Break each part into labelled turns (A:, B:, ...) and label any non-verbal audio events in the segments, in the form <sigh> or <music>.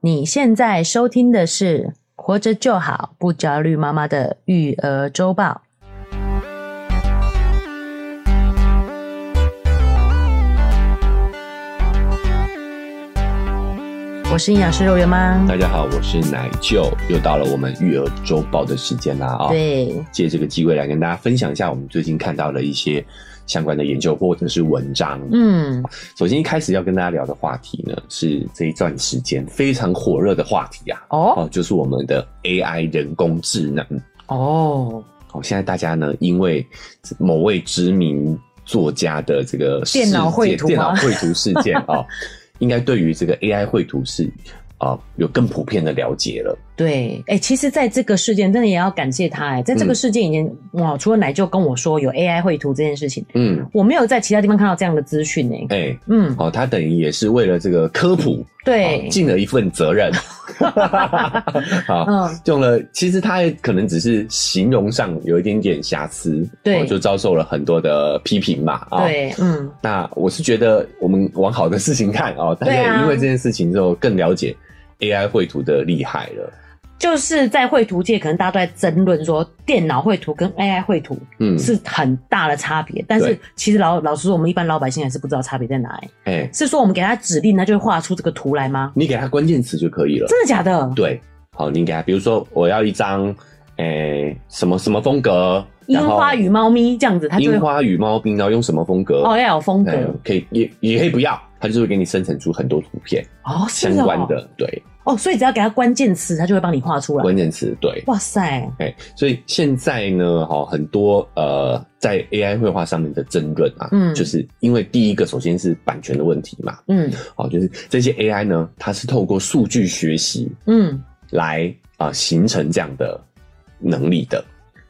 A: 你现在收听的是《活着就好不焦虑妈妈的育儿周报》。我是营养师肉圆妈。
B: 大家好，我是奶舅，又到了我们育儿周报的时间啦啊、
A: 对，
B: 借这个机会来跟大家分享一下我们最近看到的一些相关的研究或者是文章。
A: 嗯，
B: 首先一开始要跟大家聊的话题呢，是这一段时间非常火热的话题啊，
A: 哦
B: 哦，就是我们的 AI 人工智能。
A: 哦，
B: 哦，现在大家呢，因为某位知名作家的这个事件
A: 电脑绘图吗
B: 电脑绘图事件啊、
A: <laughs>
B: 哦，应该对于这个 AI 绘图是啊、哦有更普遍的了解了。
A: 对，哎、其实在这个事件真的也要感谢他、哎，在这个
B: 嗯
A: 事件以前，哇，除了奶舅跟我说有 AI 绘图这件事情，
B: 嗯，
A: 我没有在其他地方看到这样的资讯呢。
B: 哎、
A: 嗯，
B: 哦，他等于也是为了这个科普，
A: 对
B: 哦，尽了一份责任。 <laughs> 好，
A: 嗯，
B: 用了，其实他也可能只是形容上有一点点瑕疵，
A: 对
B: 哦就遭受了很多的批评嘛，啊、
A: 对，嗯，
B: 那我是觉得我们往好的事情看哦，大
A: 对啊
B: 家也因为这件事情之后更了解 AI 绘图的厉害了。
A: 就是在绘图界，可能大家都在争论说，电脑绘图跟 AI 绘图
B: 嗯，
A: 是很大的差别。但是
B: 对
A: 其实老老实说，我们一般老百姓还是不知道差别在哪里。
B: 哎、
A: 是说我们给他指令，他就会画出这个图来吗？
B: 你给它关键词就可以了。
A: 真的假的？
B: 对，好，你给它，比如说我要一张，哎、什么什么风格，
A: 樱花与猫咪这样子，他
B: 然后
A: 就会
B: 樱花与猫兵，然后用什么风格？
A: 啊哦要有风格、
B: 哎可以也也可以不要，它就是会给你生成出很多图片
A: 哦，是
B: 相
A: 哦
B: 关的，对，
A: 哦，所以只要给他关键词，他就会帮你画出来。
B: 关键词，对。
A: 哇塞，
B: 哎、所以现在呢，哈，很多呃，在 AI 绘画上面的争论啊，
A: 嗯
B: 就是因为第一个，首先是版权的问题嘛，
A: 嗯
B: 哦，就是这些 AI 呢，它是透过数据学习
A: 嗯，
B: 来啊、呃形成这样的能力的，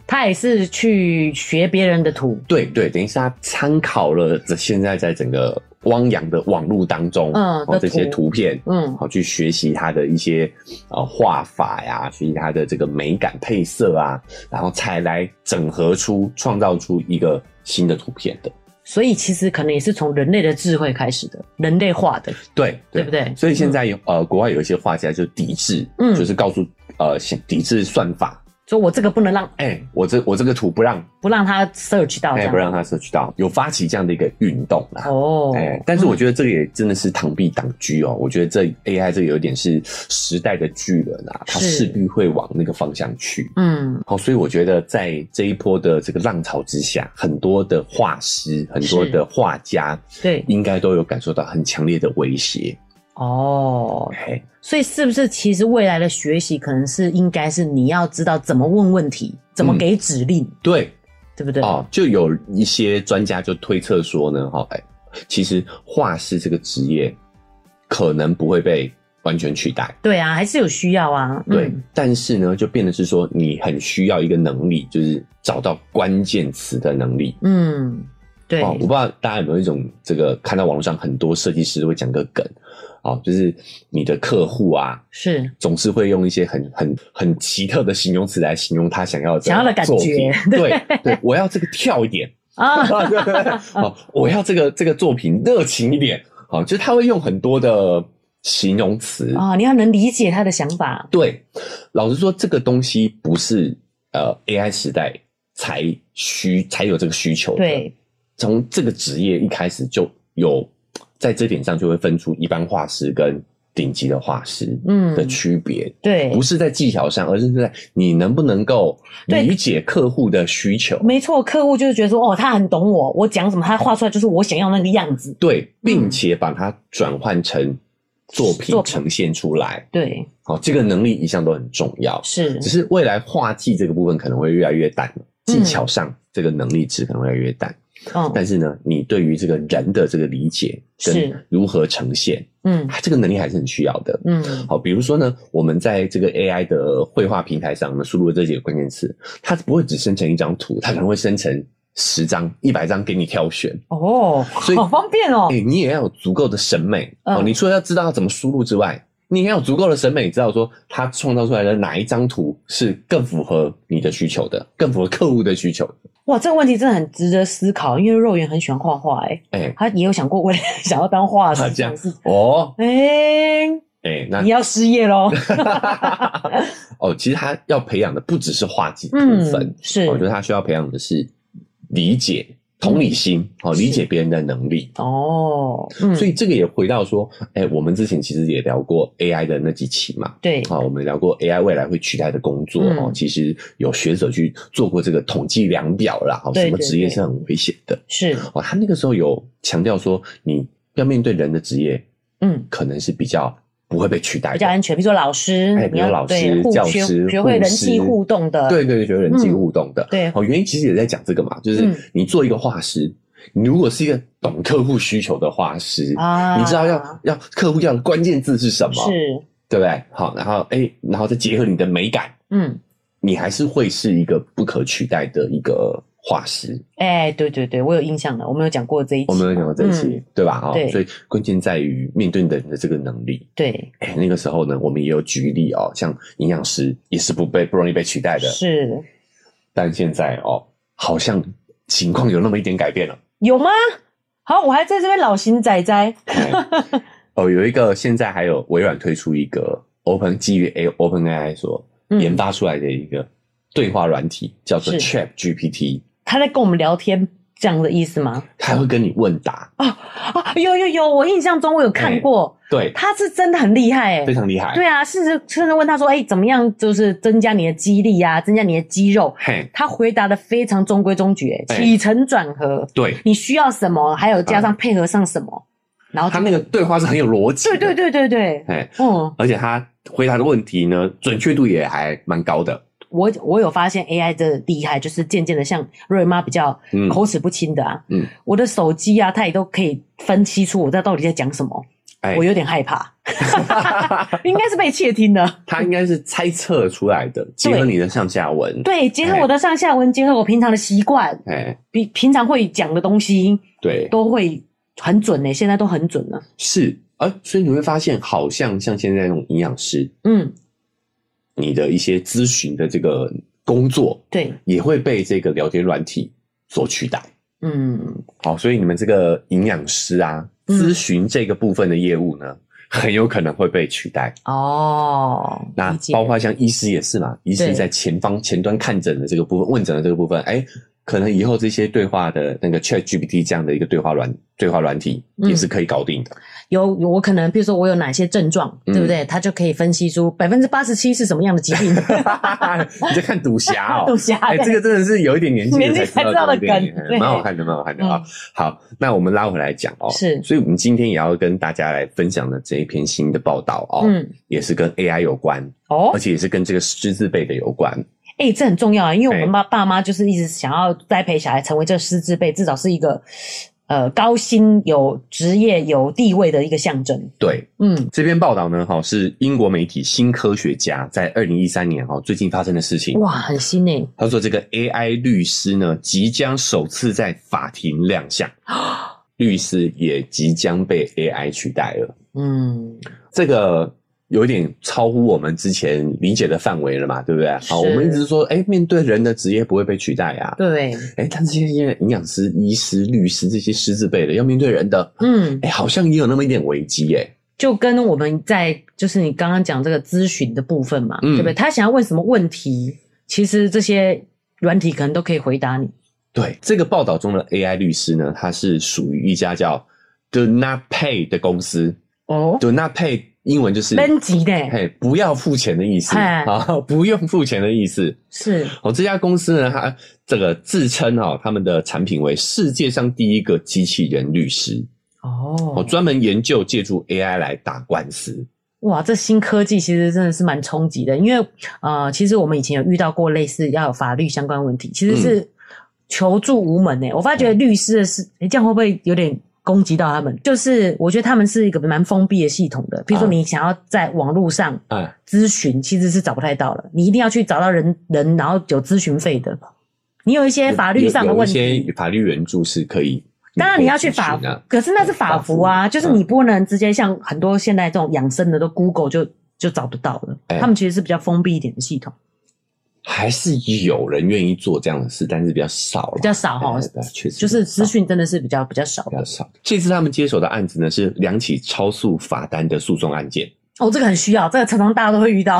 A: 他也是去学别人的图。
B: 对对，等于是它参考了这现在在整个汪洋的网络当中，
A: 嗯
B: 哦
A: 的
B: 这些
A: 图
B: 图片。
A: 嗯
B: 好去学习它的一些呃画法呀，学习它的这个美感配色啊，然后才来整合出、创造出一个新的图片的。
A: 所以其实可能也是从人类的智慧开始的，人类化的。
B: 对
A: 对不对
B: 所以现在有、呃，国外有一些画家就抵制，
A: 嗯
B: 就是告诉呃想抵制算法，
A: 说我这个不能让
B: 哎、我这我这个图不让，
A: 不让他 search 到这
B: 哎、
A: 样。
B: 不让它摄取到，有发起这样的一个运动啦。
A: 哦，
B: 哎、但是我觉得这个也真的是螳臂挡车哦。我觉得这 AI 这个有点是时代的巨人啊，它
A: 是
B: 势必会往那个方向去。
A: 嗯，
B: 好，所以我觉得在这一波的这个浪潮之下，很多的画师、很多的画家，
A: 对，
B: 应该都有感受到很强烈的威胁。
A: 哦，
B: 嘿
A: 所以是不是其实未来的学习可能是应该是你要知道怎么问问题，怎么给指令，
B: 对
A: 对不对？
B: 哦，就有一些专家就推测说呢，哈、哎，其实画师这个职业可能不会被完全取代，
A: 对啊，还是有需要啊。
B: 对，
A: 嗯
B: 但是呢，就变得是说你很需要一个能力，就是找到关键词的能力。
A: 嗯，对，
B: 哦，我不知道大家有没有一种这个看到网络上很多设计师会讲个梗，哦，就是你的客户啊，
A: 是
B: 总是会用一些很很很奇特的形容词来形容他想要的
A: 想要的感
B: 作品
A: 觉 <laughs>
B: 对对，我要这个跳一点，
A: 啊， <laughs>
B: 哦，我要这个这个作品热情一点，哦，就是他会用很多的形容词。
A: 啊，你要能理解他的想法。
B: 对，老实说，这个东西不是呃 AI 时代才需才有这个需求的，
A: 对，
B: 从这个职业一开始就有，在这点上就会分出一般画师跟顶级的画师
A: 嗯
B: 的区别，
A: 对
B: 不，是在技巧上，而是在你能不能够
A: 对
B: 理解客户的需求。
A: 没错，客户就是觉得说，哦，他很懂我，我讲什么，他画出来就是我想要那个样子。
B: 对，并且把它转换成作
A: 作
B: 品
A: 品
B: 呈现出来，
A: 对，
B: 好、这个能力一向都很重要。
A: 是
B: 只是未来画技这个部分可能会越来越淡，技巧上这个能力值可能会越来越淡。
A: 嗯
B: 但是呢，你对于这个人的这个理解
A: 是
B: 跟如何呈现，
A: 嗯
B: 啊这个能力还是很需要的。
A: 嗯，
B: 好，比如说呢，我们在这个 AI 的绘画平台上，我们输入了这几个关键词，它不会只生成一张图，它可能会生成十张、一百张给你挑选。
A: 哦，
B: 所以
A: 好方便哦
B: 哎、。你也要有足够的审美、哦。
A: 嗯
B: 你除了要知道要怎么输入之外，你也要有足够的审美，知道说它创造出来的哪一张图是更符合你的需求的，更符合客户的需求的。
A: 哇，这个问题真的很值得思考，因为肉圆很喜欢画画、欸，
B: 哎、
A: <laughs> 他也有想过未来想要当画
B: 啊
A: 师
B: 这
A: 这
B: 样
A: 样子。
B: 哦，
A: 哎、
B: 哎、那
A: 你要失业
B: <laughs>
A: 喽。
B: 哦，其实他要培养的不只是画技部分，
A: 嗯，是
B: 我觉得他需要培养的是理解、同理心，哦，
A: 嗯是
B: 理解别人的能力。
A: 哦，嗯，
B: 所以这个也回到说，哎、我们之前其实也聊过 AI 的那几期嘛，
A: 对，
B: 啊，我们聊过 AI 未来会取代的工作
A: 嗯
B: 哦，其实有学者去做过这个统计量表啦，哦，
A: 对
B: 什么
A: 对
B: 职业
A: 对
B: 是很危险的
A: 是，
B: 哦。他那个时候有强调说，你要面对人的职业，
A: 嗯，
B: 可能是比较不会被取代
A: 比较
B: 的。
A: 安全。比如说老师
B: 哎，，
A: 你
B: 比如
A: 要
B: 老
A: 对
B: 师、
A: 互
B: 教
A: 学
B: 师、
A: 学会
B: 护
A: 人
B: 士
A: 际互动的，
B: 对对，学会人际
A: 嗯
B: 互动的。
A: 对
B: 哦，原因其实也在讲这个嘛，就是
A: 嗯
B: 你做一个画师，你如果是一个懂客户需求的画师，
A: 啊，
B: 你知道要要客户要的关键字是什么，
A: 是，
B: 对不对？好，然后哎，然后再结合你的美感，
A: 嗯，
B: 你还是会是一个不可取代的一个画师。
A: 哎，对对对，我有印象了，我们有讲过这一
B: 我们
A: 期，
B: 有讲到这一些，对吧？哦
A: 嗯对，
B: 所以关键在于面对人的这个能力。
A: 对，
B: 哎，那个时候呢，我们也有举例哦，像营养师也是不被不容易被取代的，
A: 是
B: 但现在哦，好像情况有那么一点改变了。
A: 有吗？好，我还在这边老型仔仔，
B: 哎哦，有一个现在还有微软推出一个 Open 基于 A Open AI 所研
A: 嗯，
B: 发出来的一个对话软体，叫做
A: 是
B: Chat GPT，
A: 他在跟我们聊天这样的意思吗？
B: 它会跟你问答，
A: 啊，有有有，我印象中我有看
B: 哎
A: 过，
B: 对，
A: 他是真的很厉害、哎
B: 非常厉害。
A: 对啊，甚至甚至问他说：“哎、怎么样？就是增加你的肌力啊，增加你的肌肉。
B: 嘿”，
A: 他回答的非常中规中矩、
B: 哎嗯
A: 起承转合。
B: 对，
A: 你需要什么？还有加上配合上什么，然后
B: 他
A: 就
B: 那个对话是很有逻辑，
A: 对对，对对对，
B: 哎，
A: 嗯，
B: 而且他回答的问题呢，准确度也还蛮高的。
A: 我我有发现 AI 的厉害，就是渐渐的像瑞妈比较
B: 嗯
A: 口齿不清的啊，
B: 嗯
A: 我的手机啊，它也都可以分析出我在到底在讲什么，
B: 哎
A: 我，有点害
B: <laughs>
A: 怕，应该是被窃听的。
B: 他应该是猜测出来的，结合你的上下文，
A: 对，结合我的上下文，结合我平常的习惯，
B: 哎，
A: 比平常会讲的东西
B: 对，
A: 都会很准呢、欸现在都很准了。
B: 是，哎，所以你会发现，好像像现在那种营养师，
A: 嗯，
B: 你的一些咨询的这个工作，
A: 对，
B: 也会被这个聊天软体所取代。
A: 嗯，
B: 好，所以你们这个营养师啊，
A: 嗯
B: 咨询这个部分的业务呢，很有可能会被取代。
A: 哦，
B: 那
A: 理解
B: 包括像医师也是嘛，医
A: 对
B: 师在前方前端看诊的这个部分，问诊的这个部分，哎，可能以后这些对话的那个 Chat GPT 这样的一个对话软对话软体
A: 嗯
B: 也是可以搞定的。 <laughs>
A: 有有我可能，比如说我有哪些症状，
B: 嗯
A: 对不对？他就可以分析出百分之八十七是什么样的疾
B: <laughs>
A: 病。
B: 你在看赌
A: <laughs>
B: 侠哦，
A: 杜侠，
B: 哎、这个真的是有一点年纪
A: 啊年纪
B: 了
A: 才
B: 才
A: 知道的
B: 这个电影
A: 梗
B: 哎
A: 对
B: 蛮好看的，蛮好看的啊、
A: 嗯
B: 好，那我们拉回来讲哦，
A: 是
B: 所以我们今天也要跟大家来分享的这一篇新的报道哦，
A: 嗯，
B: 也是跟 AI 有关，
A: 哦
B: 而，且也是跟这个狮字辈的有关，
A: 哎、这很重要啊，因为我们
B: 哎
A: 爸爸妈就是一直想要栽培小孩成为这师资辈，至少是一个呃高薪、有职业、有地位的一个象征。
B: 对。
A: 嗯，
B: 这篇报道呢，哈是英国媒体《新科学家》在二零一三年哈最近发生的事情。
A: 哇，很新诶、
B: 他说，这个 AI 律师呢，即将首次在法庭亮相，
A: <gasps>
B: 律师也即将被 AI 取代了。
A: 嗯，
B: 这个有点超乎我们之前理解的范围了嘛，对不对？好，
A: 是
B: 我们一直说，哎，面对人的职业不会被取代啊，
A: 对，
B: 哎，但是现在营养师、医师、律师这些师字辈的要面对人的，
A: 嗯，
B: 哎，好像也有那么一点危机，哎，
A: 就跟我们在就是你刚刚讲这个咨询的部分嘛，
B: 嗯
A: 对不对？他想要问什么问题，其实这些软体可能都可以回答你。
B: 对，这个报道中的 AI 律师呢，他是属于一家叫 Do Not Pay 的公司
A: 哦，
B: ，Do Not Pay 英文就是。
A: 分级的，
B: 嘿，不要付钱的意思
A: 哎
B: 啊，不用付钱的意思。
A: 是
B: 哦，这家公司呢，它这个自称哦，他们的产品为世界上第一个机器人律师，哦，
A: 哦，
B: 专门研究借助 AI 来打官司。
A: 哇，这新科技其实真的是蛮冲击的，因为呃，其实我们以前有遇到过类似要有法律相关问题，其实
B: 嗯
A: 是求助无门呢、欸我发觉律师的是，诶这样会不会有点攻击到他们？就是我觉得他们是一个蛮封闭的系统的，比如说
B: 啊
A: 你想要在网络上
B: 哎，
A: 咨询其实是找不太到了，你一定要去找到人人，然后有咨询费的。你有一些法律上的
B: 有
A: 问
B: 有一
A: 题
B: 些，法律援助是可以。
A: 当然你要去法
B: 可以咨询啊，
A: 可是那是法服啊，
B: 法服
A: 就是你不能直接像很多现在这种养生的都 Google 就就找得到了。
B: 哎
A: 他们其实是比较封闭一点的系统，
B: 还是有人愿意做这样的事，但是比较少了，
A: 比较少哈
B: 哎，对确实
A: 就是资
B: 比
A: 讯真的是比较比较少
B: 较
A: 的
B: 少。这次他们接手的案子呢，是两起超速罚单的诉讼案件。 <laughs>
A: 哦，这个很需要，这个常常大家都会遇到。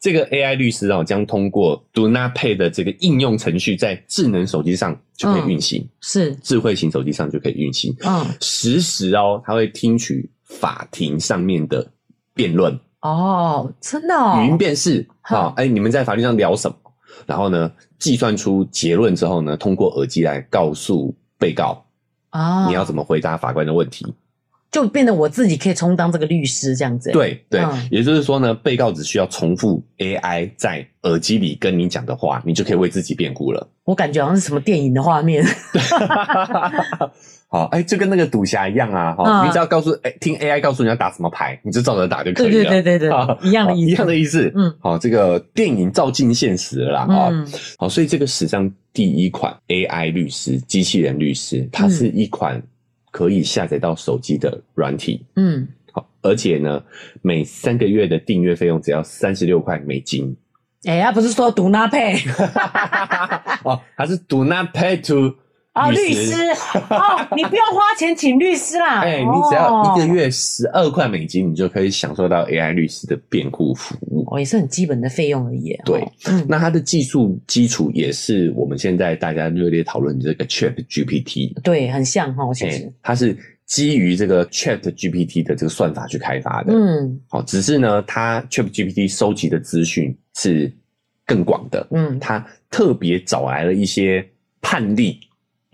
B: 这个 AI 律师哦，将通过 Do Not Pay 的这个应用程序，在智能手机上就可
A: 嗯
B: 以运行，
A: 是，
B: 智慧型手机上就可以运行，
A: 嗯，
B: 实时哦，它会听取法庭上面的辩论，
A: 哦，真的哦
B: 语，音辨识
A: 好
B: 啊，哎、你们在法律上聊什么？然后呢，计算出结论之后呢，通过耳机来告诉被告
A: 啊，
B: 你要怎么回答法官的问题。
A: 就变得我自己可以充当这个律师这样子、欸。，
B: 对对、
A: 嗯
B: 也就是说呢，被告只需要重复 AI 在耳机里跟你讲的话，你就可以为自己辩
A: <laughs>
B: 护了。
A: 我感觉好像是什么电影的画
B: <laughs>
A: 面。
B: 好，哎、就跟那个赌侠一样啊，哈、
A: 嗯
B: 你只要告诉哎、听 AI 告诉你要打什么牌，你就照着打就可
A: 对
B: 以了。
A: 对对对
B: <laughs>
A: 对
B: 啊，
A: 一样的意
B: 一
A: 思。
B: 样的意思。
A: 嗯，
B: 好，这个电影照进现实了啦啊、
A: 嗯，
B: 好，所以这个史上第一款 AI 律师机器人律师，它是一款可以下载到手机的软体。
A: 嗯，
B: 好，而且呢，每三个月的订阅费用只要三十六块美金。
A: 哎、他不是说读那配
B: 哦，它是 Do not pay to
A: 啊，律师哦，
B: <laughs>
A: 你不要花钱请律师啦。
B: 哎、你只要一个
A: 哦，
B: 月十二块美金，你就可以享受到 AI 律师的辩护服务。
A: 哦，也是很基本的费用而已。
B: 对
A: 哦，嗯，
B: 那它的技术基础也是我们现在大家热烈讨论的这个 Chat GPT，
A: 对，很像哈，其
B: 哎、
A: 实，
B: 它是基于这个 Chat GPT 的这个算法去开发的。
A: 嗯
B: 好，只是呢，它 Chat GPT 收集的资讯是更广的，
A: 嗯，
B: 它特别找来了一些判例，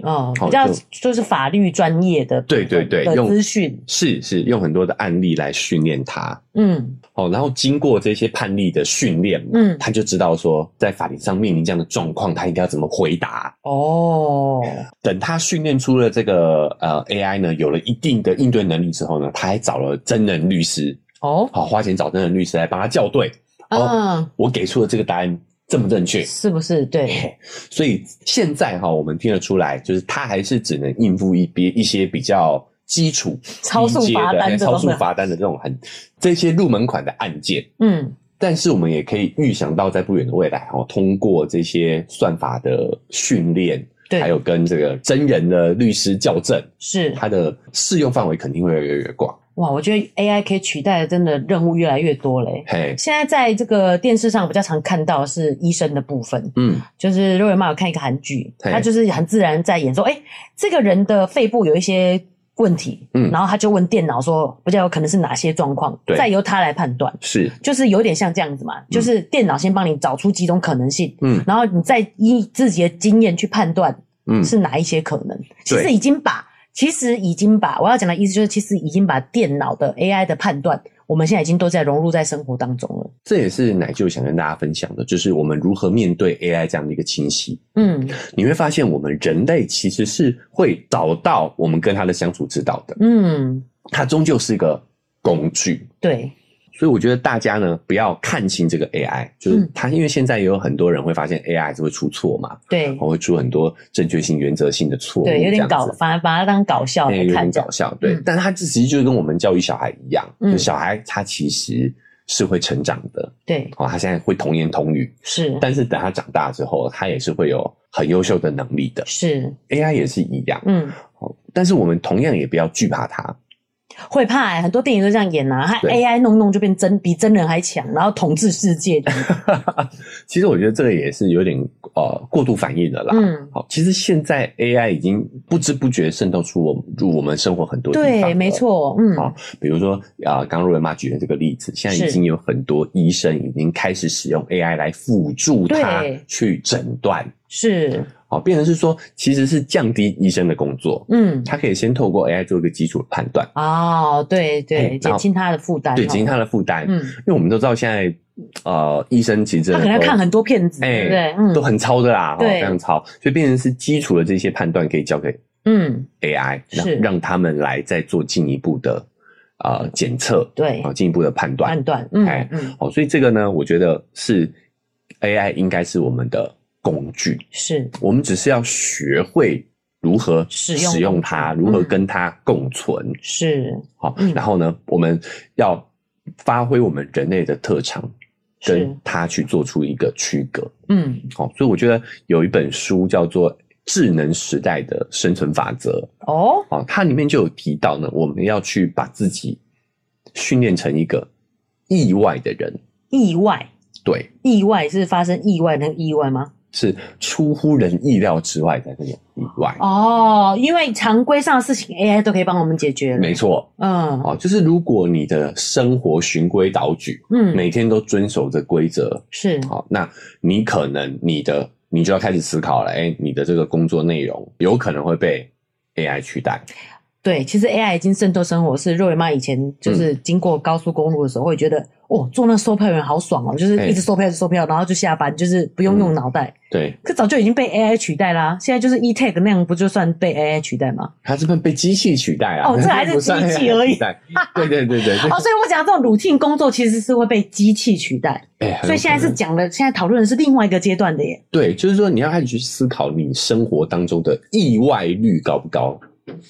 A: 哦，
B: 好
A: 比较
B: 就
A: 就是法律专业的部
B: 对对
A: 分
B: 对
A: 的
B: 用
A: 资讯，
B: 是是用很多的案例来训练它。
A: 嗯
B: 哦，然后经过这些判例的训练，
A: 嗯
B: 嗯，他就知道说，在法庭上面临这样的状况，他应该要怎么回答。
A: 哦，
B: 等他训练出了这个呃 AI 呢，有了一定的应对能力之后呢，他还找了真人律师，
A: 哦，
B: 好、花钱找真人律师来帮他校对。哦，
A: 嗯，
B: 我给出的这个答案正不正确？ <laughs>
A: 是不是？对，
B: 所以现在哈、我们听得出来，就是他还是只能应付一别一些比较基础、
A: 超速
B: 低阶的
A: 罚单
B: 哎
A: 这种
B: 超速
A: 的
B: 罚单的这种很这些入门款的案件。
A: 嗯
B: 但是我们也可以预想到，在不远的未来哦，通过这些算法的训练，
A: 对
B: 还有跟这个真人的律师校正，
A: 是。
B: 它的适用范围肯定会越来越广。
A: 哇，我觉得 AI 可以取代的真的任务越来越多嘞。
B: 嘿，
A: 现在在这个电视上比较常看到的是医生的部分，
B: 嗯，
A: 就是若瑞妈有看一个韩剧，
B: 嘿
A: 他就是很自然在演说，哎、这个人的肺部有一些问题，
B: 嗯
A: 然后他就问电脑说，比较有可能是哪些状况，
B: 对
A: 再由他来判断，
B: 是，
A: 就是有点像这样子嘛，就是电脑先帮你找出几种可能性，
B: 嗯
A: 然后你再依自己的经验去判断
B: 嗯，
A: 是哪一些可能，其实
B: 对
A: 已经把。其实已经把我要讲的意思就是，其实已经把电脑的 AI 的判断，我们现在已经都在融入在生活当中了。
B: 这也是奶舅想跟大家分享的，就是我们如何面对 AI 这样的一个侵袭。
A: 嗯
B: 你会发现，我们人类其实是会找到我们跟它的相处之道的，
A: 嗯，
B: 它终究是个工具。
A: 对，
B: 所以我觉得大家呢，不要看清这个 AI，就是
A: 嗯
B: 它，因为现在也有很多人会发现 AI 还是会出错嘛，
A: 对
B: 会出很多正确性、原则性的错误，
A: 对，有
B: 这
A: 点
B: 样
A: 搞，
B: 子
A: 反而把它当搞笑
B: 哎
A: 来
B: 有
A: 哦看
B: 点
A: 这样
B: 搞。笑，对。
A: 嗯
B: 但它其实就跟我们教育小孩一样，
A: 嗯
B: 就小孩他其实是会成长的，
A: 对，
B: 哦，他现在会童言童语，
A: 是
B: 但是等他长大之后，他也是会有很优秀的能力的
A: 是，
B: ，AI 也是一样。
A: 嗯，
B: 哦，但是我们同样也不要惧怕它，
A: 会怕欸，很多电影都这样演啊，还
B: 对
A: AI 弄一弄就变真比真人还强，然后统治世界。
B: <laughs> 其实我觉得这个也是有点呃过度反应了啦。
A: 嗯，
B: 好，其实现在 AI 已经不知不觉渗透出我们入我们生活很多地方
A: 对，
B: 了
A: 没。错，嗯，
B: 好，比如说啊，呃刚瑞文妈举的这个例子，现在
A: 是
B: 已经有很多医生已经开始使用 AI 来辅助他
A: 对
B: 去诊断。
A: 是，
B: 好，变成是说，其实是降低医生的工作，
A: 嗯，
B: 他可以先透过 AI 做一个基础的判断，
A: 哦，对
B: 哎
A: 对，
B: 然
A: 减
B: 后
A: 轻他的负担哦，
B: 对，减轻他的负担。
A: 嗯，
B: 因为我们都知道现在呃，医生其实真
A: 他
B: 的
A: 可能要
B: 都
A: 看很多骗子，对
B: 哎
A: 不对？
B: 都
A: 嗯
B: 很糙的啦，哦
A: 对
B: 非常糙，所以变成是基础的这些判断可以交给
A: 嗯，
B: AI，
A: 是
B: 让让他们来再做进一步的呃检测，
A: 对
B: 啊，，进一步的判断
A: 判。断，嗯
B: 哎
A: 嗯，
B: 哦，所以这个呢，我觉得是 AI 应该是我们的工具，
A: 是
B: 我们只是要学会如何
A: 使用
B: 使用它，
A: 工具
B: 如何
A: 嗯
B: 跟它共存。
A: 是
B: 好、
A: 嗯
B: 然后呢，我们要发挥我们人类的特长，
A: 是
B: 跟，它去做出一个区隔。
A: 嗯，
B: 好、所以我觉得有一本书叫做《智能时代的生存法则》
A: 哦，
B: 啊、哦，它里面就有提到呢，我们要去把自己训练成一个意外的人，
A: 意外，
B: 对，
A: 意外是发生意外那个意外吗？
B: 是出乎人意料之外的那种意外。
A: 哦，因为常规上的事情 AI 都可以帮我们解决了。
B: 没错，
A: 嗯
B: 哦，就是如果你的生活循规蹈矩，
A: 嗯，
B: 每天都遵守着规则，
A: 是
B: 好，那你可能你的你就要开始思考了，哎、你的这个工作内容有可能会被 AI 取代，
A: 对。其实 AI 已经渗透生活，是肉圆妈以前就是经过高速公路的时候，会觉得、哦，做那售票员好爽哦，就是
B: 哎嗯
A: 一直售票，一直售票，然后就下班，就是不用用脑袋。
B: 对，
A: 可早就已经被 AI 取代啦、现在就是 E eTag 那样，不就算被 AI 取代吗？
B: 它这边被机器取代啊，
A: 哦这还是
B: <laughs> 不算
A: 机器而已
B: AI 取代对对对啊对对，
A: 哦，所以我讲这种 routine 工作其实是会被机器取代，
B: 哎、很有
A: 所以现在
B: 可能
A: 是讲了，现在讨论的是另外一个阶段的耶。
B: 对，就是说你要开始去思考你生活当中的意外率高不高。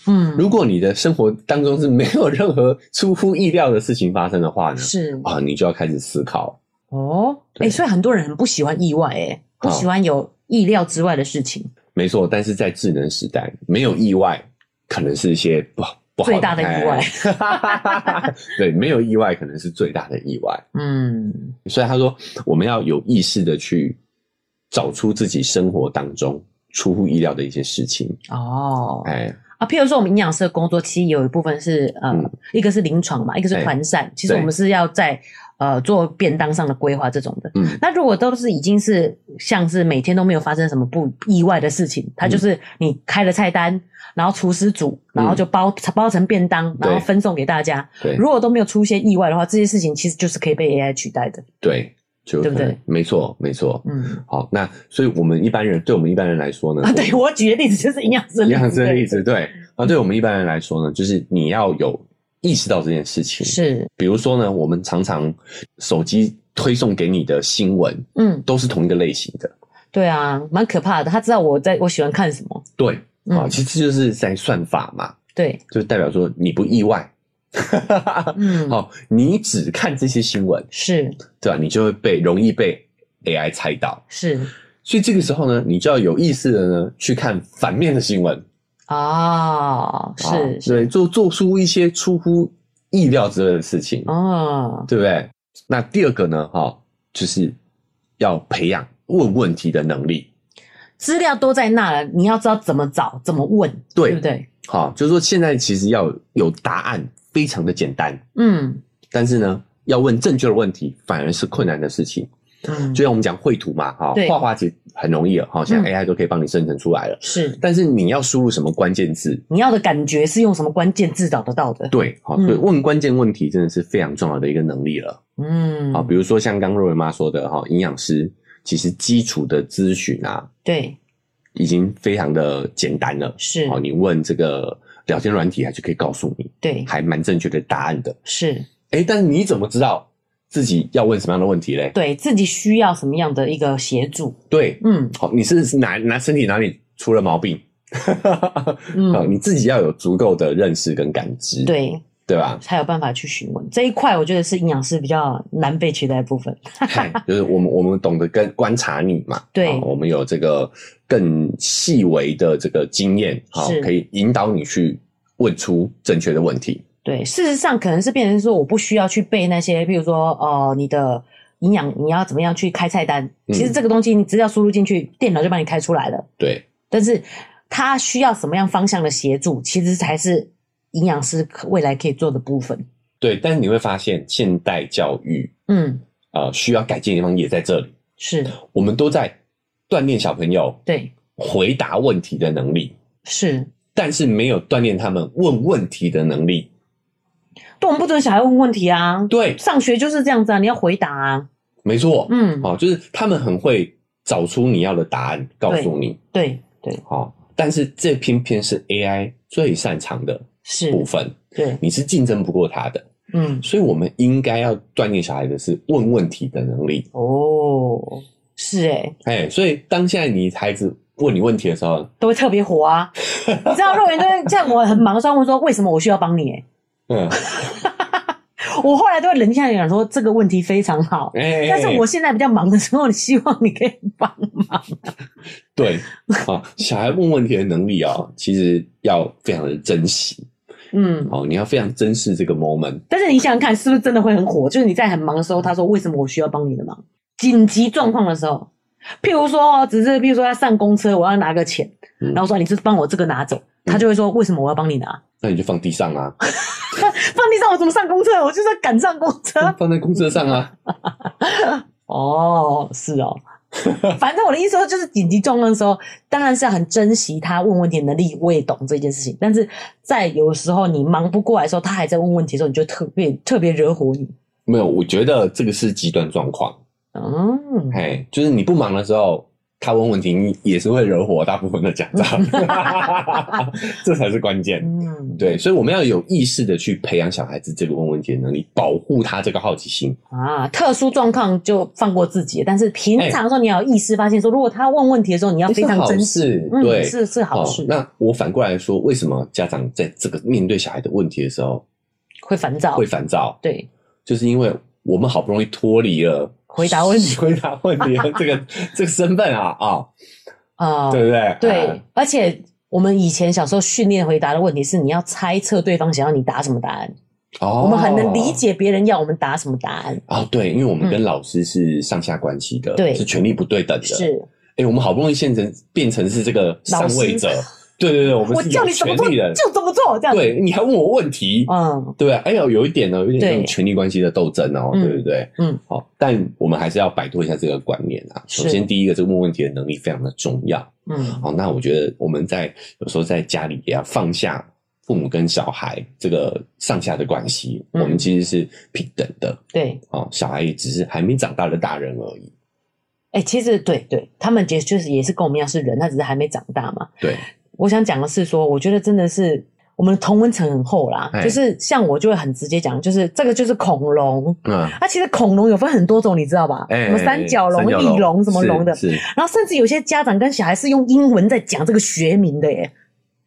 A: 嗯，
B: 如果你的生活当中是没有任何出乎意料的事情发生的话呢，
A: 是
B: 啊，你就要开始思考。
A: 哦，哎、
B: 对哦
A: 所以很多人很不喜欢意外、哎，不
B: 好
A: 喜欢有意料之外的事情。
B: 没错，但是在智能时代，没有意外可能是一些不好不好
A: 最大的意外
B: 外。 <laughs> 对，没有意外可能是最大的意外。
A: 嗯，
B: 所以他说，我们要有意识的去找出自己生活当中出乎意料的一些事情。
A: 哦，
B: 哎，
A: 啊，譬如说我们营养师的工作，其实有一部分是呃，
B: 嗯
A: 一个是临床嘛，一个是
B: 对
A: 团膳，其实我
B: 对
A: 们是要在呃做便当上的规划这种的。
B: 嗯，
A: 那如果都是已经是像是每天都没有发生什么不意外的事
B: 嗯
A: 情，它就是你开了菜单，然后厨师煮，然后就包、包成便当，然后
B: 嗯对
A: 分送给大家。
B: 对
A: 如果都没有出现意外的话，这些事情其实就是可以被 AI 取代的。
B: 对，就
A: 对不对
B: 可能？没错，没错。
A: 嗯，
B: 好，那所以我们一般人，对我们一般人来说呢，
A: 啊，
B: <laughs>
A: 对我举的例子就是营养师的
B: 一
A: 例子，
B: 样的例
A: <laughs> 对嗯
B: 子，对啊，对我们一般人来说呢，就是你要有意识到这件事情。
A: 是，
B: 比如说呢，我们常常手机推送给你的新闻
A: 嗯，
B: 都是同一个类型的，
A: 对啊，蛮可怕的。他知道我在我喜欢看什么，
B: 对啊，
A: 嗯
B: 其实就是在算法嘛，
A: 对，
B: 就代表说你不意外。
A: 嗯，
B: <laughs> 好，你只看这些新闻，
A: 是
B: 对吧、你就会被容易被 AI 猜到，
A: 是
B: 所以这个时候呢，你就要有意识的呢去看反面的新闻，
A: 啊，
B: 啊
A: 是是
B: 对，做做出一些出乎意料之类的事情，
A: 哦，
B: 对不对？那第二个呢，哈、就是要培养问问题的能力。
A: 资料都在那了，你要知道怎么找，怎么问，
B: 对
A: 对不对？
B: 好，就是说现在其实要有答案非常的简单，
A: 嗯
B: 但是呢，要问正确的问题反而是困难的事情。
A: 嗯
B: 就，像我们讲绘图嘛，哈、
A: 对嗯
B: 画画其实很容易了，哈、现在 AI 都可以帮你生成出来了。
A: 是
B: 但是你要输入什么关键字？
A: 你要的感觉是用什么关键字找得到的？
B: 对，好、
A: 嗯
B: 所以问关键问题真的是非常重要的一个能力了。
A: 嗯
B: 好，，比如说像刚若文妈说的哈，营养师其实基础的咨询啊，
A: 对，
B: 已经非常的简单了。
A: 是，
B: 好，你问这个聊天软体，它就可以告诉你
A: 对，
B: 还蛮正确的答案的。
A: 是
B: 哎，但是你怎么知道自己要问什么样的问题嘞？
A: 对自己需要什么样的一个协助？
B: 对，
A: 嗯
B: 好，你是哪哪身体哪里出了
A: <laughs>
B: 毛病？好，
A: 嗯，
B: 你自己要有足够的认识跟感知，
A: 对，？
B: 对吧
A: <laughs> 才有办法去询问这一块，我觉得是营养师比较难被取代的部分。
B: 嗨就是我们我们懂得跟观察你嘛，
A: 对
B: 好我们有这个更细微的这个经验，好
A: 是，
B: 可以引导你去问出正确的问题。
A: 对，事实上可能是变成说，我不需要去背那些，譬如说，呃，你的营养你要怎么样去开菜单，其实这个东西你资料输入进去，电脑就帮你开出来了。
B: 对，
A: 但是它需要什么样方向的协助，其实才是营养师可未来可以做的部分。
B: 对，但是你会发现现代教育
A: 嗯，
B: 呃需要改进的地方也在这里，
A: 是
B: 我们都在锻炼小朋友
A: 对，
B: 回答问题的能力，
A: 是。
B: 但是没有锻炼他们问问题的能力。
A: 对，我们不准小孩问问题啊。
B: 对，
A: 上学就是这样子啊，你要回答啊。
B: 没错，
A: 嗯，
B: 哦，就是他们很会找出你要的答案，告诉你。
A: 对对
B: 好，但是这偏偏是 AI 最擅长的
A: 是，
B: 部分，
A: 对，
B: 你是竞争不过它的，
A: 嗯，
B: 所以我们应该要锻炼小孩的是问问题的能力。
A: 哦，是诶、
B: 哎，所以当现在你孩子问你问题的时候，
A: 都会特别火
B: <laughs>
A: 啊。你知道肉圆都会像我很忙的时候问说为什么我需要帮你、欸？ <laughs>
B: 嗯，
A: 我后来都会冷静下来讲说这个问题非常好，
B: 哎，
A: 但是我现在比较忙的时候，希望你可以帮。
B: 哦对啊，小孩问问题的能力啊、其实要非常的珍惜。
A: 嗯，
B: 哦，你要非常珍视这个 moment。
A: 但是你想想看，是不是真的会很火？就是你在很忙的时候，他说为什么我需要帮你的忙？紧急状况的时候，譬如说，只是譬如说他上公车，我要拿个钱，
B: 嗯
A: 然后说你是帮我这个拿走，他就会说为什么我要帮你拿？
B: 那你就放地上啊，
A: 放地上我怎么上公车？我就是要赶上公车。 <laughs>
B: 放在公车上啊。
A: 哦，是
B: <laughs>
A: 哦。反正我的意思说，就是紧急状况的时候，当然是很珍惜他问问题的能力，我也懂这件事情。但是在有时候你忙不过来的时候，他还在问问题的时候，你就特别特别惹火你。
B: 没有，我觉得这个是极端状况。
A: 嗯，
B: 嘿，就是你不忙的时候，他问问题，你也是会惹火大部分的家长，
A: <laughs>
B: 这才是关键。
A: 嗯，
B: 对，所以我们要有意识的去培养小孩子这个问问题的能力，保护他这个好奇心。
A: 啊，特殊状况就放过自己，但是平常的时候你要有意识发现说，如果他问问题的时候，你要
B: 这
A: 非
B: 是
A: 常
B: 好
A: 珍惜。
B: 事，
A: 嗯，
B: 对，
A: 是是好
B: 哦
A: 事，
B: 那我反过来说，为什么家长在这个面对小孩的问题的时候
A: 会烦躁
B: 会。烦躁？
A: 对，
B: 就是因为我们好不容易脱离了
A: 回答问题
B: <laughs> 回答问题的这个 <laughs> 这个身份啊啊、
A: 啊、
B: 对不对？
A: 对
B: 啊，
A: 而且我们以前小时候训练回答的问题是，你要猜测对方想要你答什么答案，
B: 哦，
A: 我们很能理解别人要我们答什么答案。
B: 哦，对，因为我们
A: 嗯
B: 跟老师是上下关系的，
A: 对
B: 是权力不对等的。，
A: 是，
B: 哎，我们好不容易变成变成是这个上位者
A: 老，
B: 对对对，我
A: 我
B: 们是
A: 叫
B: 有
A: 你怎么
B: 权
A: 做
B: 利的，
A: 就怎么做，这样。，
B: 对，你还问我问题，
A: 嗯，
B: 对，哎呦，有一点呢，有一点那
A: 对
B: 种权力关系的斗争哦，
A: 嗯
B: 对不对？
A: 嗯，
B: 好、但我们还是要摆脱一下这个观念啊。
A: 是
B: 首先，第一个，这个问问题的能力非常的重要。
A: 嗯，
B: 好、那我觉得我们在有时候在家里也要放下父母跟小孩这个上下的关系，
A: 嗯
B: 我们其实是平等的。
A: 对，
B: 哦，小孩也只是还没长大的大人而已。
A: 哎、其实对对，他们也就是也是跟我们一样是人，他只是还没长大嘛。
B: 对，
A: 我想讲的是说，我觉得真的是我们的同温层很厚啦，
B: 哎
A: 就是像我就会很直接讲，就是这个就是恐龙。
B: 嗯，
A: 它、其实恐龙有分很多种，你知道吧？
B: 哎，
A: 什么三角龙、
B: 三
A: 翼龙什么龙的，
B: 是，是
A: 然后甚至有些家长跟小孩是用英文在讲这个学名的耶。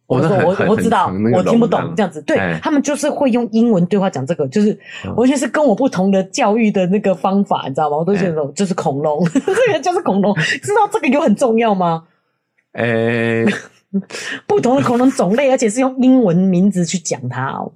B: 哦
A: 我
B: 那
A: 说
B: 很很
A: 我我知道
B: 很那，个
A: 我听不
B: 笼
A: 懂
B: 啊
A: 这样子，对
B: 哎
A: 他们就是会用英文对话讲这个，就是
B: 嗯
A: 完全是跟我不同的教育的那个方法，你知道吗？我都觉
B: 哎
A: 得就是恐龙， <laughs> 这个就是恐龙，知道这个有很重要吗？
B: 哎， <laughs>
A: 不同的恐龙种类，而且是用英文名字去讲它哦。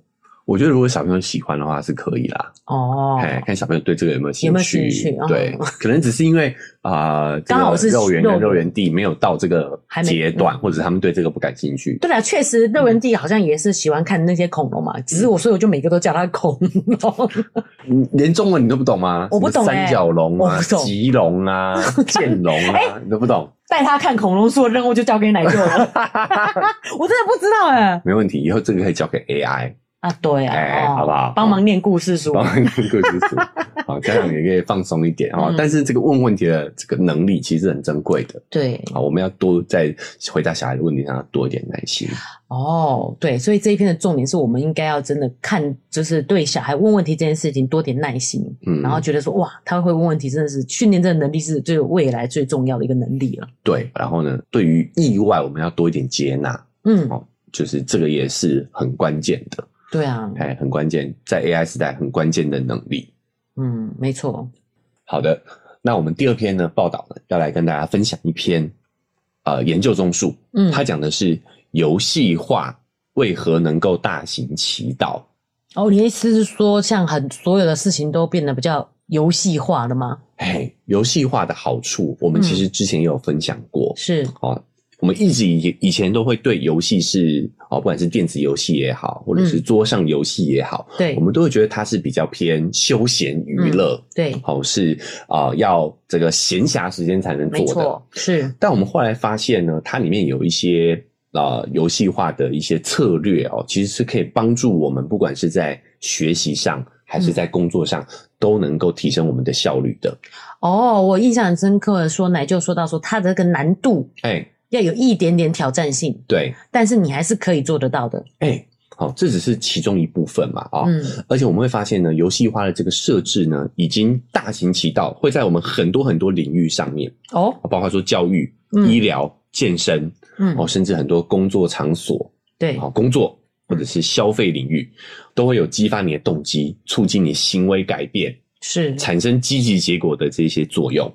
B: 我觉得如果小朋友喜欢的话是可以啦。
A: 哦，
B: 哎，看小朋友对这个有没有兴
A: 有没有兴趣哦
B: 对，可能只是因为啊，呃这
A: 刚好
B: 个
A: 是
B: 肉圆
A: 肉
B: 跟
A: 圆
B: 肉圆弟没有到这个
A: 还没
B: 阶段，或者他们对这个不感兴趣。
A: 对了，确实
B: 嗯
A: 六人弟好像也是喜欢看那些恐龙嘛，只是我所以我就每个都叫它恐龙。
B: 你嗯连中文你都不懂吗？
A: 我不懂
B: 什么
A: 欸
B: 三角龙
A: 我
B: 啊、
A: 不懂
B: 棘龙啊、剑龙
A: <laughs> 哎
B: 啊，你都不懂，
A: 带他看恐龙书的任务就交给奶舅
B: <laughs>
A: 了，我真的不知道哎、
B: 没问题，以后这个可以交给 AI，
A: 啊，对啊，
B: 哎
A: 哦
B: 好不好
A: 帮忙念故事书
B: 帮，你故事书。好，家长也可以放松一点哦
A: 嗯。
B: 但是这个问问题的这个能力其实很珍贵的
A: 对，
B: 啊，我们要多在回答小孩的问题上要多一点耐心。
A: 哦，对，所以这一篇的重点是我们应该要真的看，就是对小孩问问题这件事情多点耐心，
B: 嗯，
A: 然后觉得说哇，他会问问题真的是训练这个能力是对未来最重要的一个能力了。
B: 对，然后呢，对于意外我们要多一点接纳。
A: 嗯，
B: 哦就是这个也是很关键的，
A: 对啊，
B: 哎，很关键，在 AI 时代很关键的能力。
A: 嗯，没错，
B: 好的，那我们第二篇呢报道呢，要来跟大家分享一篇，呃，研究综述，
A: 嗯，
B: 它讲的是游戏化为何能够大行其道。
A: 哦，你的意思是说，像很所有的事情都变得比较游戏化了吗？
B: 嘿，哎游戏化的好处，我们其实之前也有分享过，
A: 是，
B: 哦，我们一直以以前都会对游戏是哦，不管是电子游戏也好，或
A: 嗯
B: 者是桌上游戏也好，
A: 对嗯
B: 我，们都会觉得它是比较偏休闲娱乐，
A: 对，
B: 好、是啊、呃要这个闲暇时间才能
A: 没
B: 做的。
A: 错，是，
B: 但我们后来发现呢，它里面有一些呃游戏化的一些策略哦，其实是可以帮助我们，不管是在学习上还
A: 嗯
B: 是在工作上，都能够提升我们的效率的。
A: 哦，我印象很深刻的说，奶就说到说，它的这个难度
B: 哎、
A: 要有一点点挑战性，
B: 对，
A: 但是你还是可以做得到的。
B: 哎、好、这只是其中一部分嘛啊、
A: 嗯，
B: 而且我们会发现呢，游戏化的这个设置呢，已经大行其道，会在我们很多很多领域上面，
A: 哦，
B: 包括说教育、
A: 嗯
B: 医疗、健身，
A: 嗯，
B: 哦，甚至很多工作场所、
A: 对
B: 哦，工作或者是消费领域，都会有激发你的动机，促进你行为改变，
A: 是。
B: 产生积极结果的这些作用。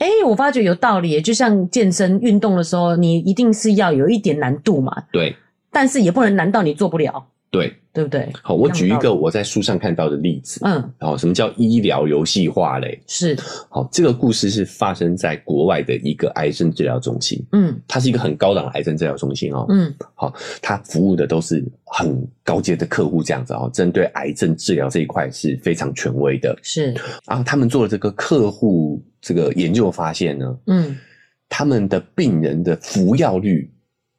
A: 哎，我发觉有道理耶，就像健身运动的时候，你一定是要有一点难度嘛，
B: 对，
A: 但是也不能难到你做不了。
B: 对，
A: 对不对？
B: 好，我
A: 一样的
B: 举一
A: 道
B: 个我在书上看到的例子。
A: 嗯，
B: 好，什么叫医疗游戏化嘞？
A: 是，
B: 好，这个故事是发生在国外的一个癌症治疗中心，
A: 嗯
B: 它是一个很高档的癌症治疗中心哦。
A: 嗯
B: 它服务的都是很高阶的客户，这样子哦，针对癌症治疗这一块是非常权威的。
A: 是，
B: 啊，他们做了这个客户这个研究发现呢，
A: 嗯
B: 他们的病人的服药率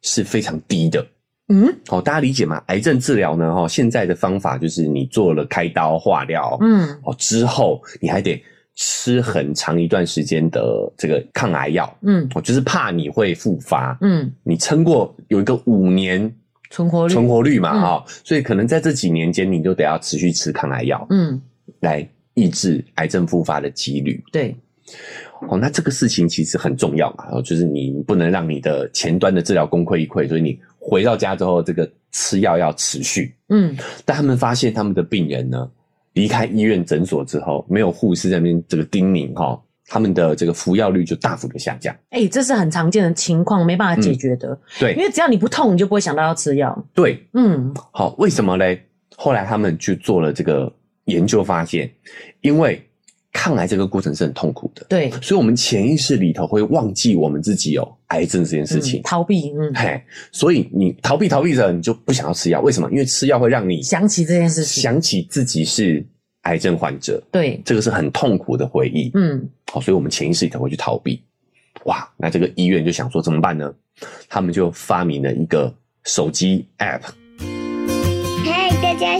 B: 是非常低的。
A: 嗯
B: 好、大家理解吗？癌症治疗呢，哈、哦，现在的方法就是你做了开刀化疗，
A: 嗯
B: 哦之后，你还得吃很长一段时间的这个抗癌药，
A: 嗯
B: 哦，就是怕你会复发。
A: 嗯，
B: 你撑过有一个五年
A: 存活率，
B: 存活率嘛，
A: 嗯
B: 哈、所以可能在这几年间，你就得要持续吃抗癌药
A: 嗯，
B: 来抑制癌症复发的几率。
A: 对，
B: 哦，那这个事情其实很重要嘛，哦，就是你不能让你的前端的治疗功亏一篑，所以你回到家之后，这个吃药要持续。
A: 嗯
B: 但他们发现他们的病人呢，离开医院诊所之后，没有护士在那边这个叮咛哈、他们的这个服药率就大幅的下降。
A: 哎、这是很常见的情况，没办法
B: 嗯
A: 解决的。因
B: 对
A: 为只要你不痛，你就不会想到要吃药。
B: 对，
A: 嗯
B: 好、为什么嘞？后来他们去做了这个研究，发现因为抗癌这个过程是很痛苦的，
A: 对，
B: 所以我们潜意识里头会忘记我们自己有癌症这件事情
A: 嗯。逃避，嗯，
B: 嘿，所以你逃避逃避着，你就不想要吃药，为什么？因为吃药会让你
A: 想起这件事情，
B: 想起自己是癌症患者，
A: 对，
B: 这个是很痛苦的回忆。
A: 嗯
B: 好，所以我们潜意识里头会去逃避。哇，那这个医院就想说怎么办呢？他们就发明了一个手机 app。
C: 嗨，大家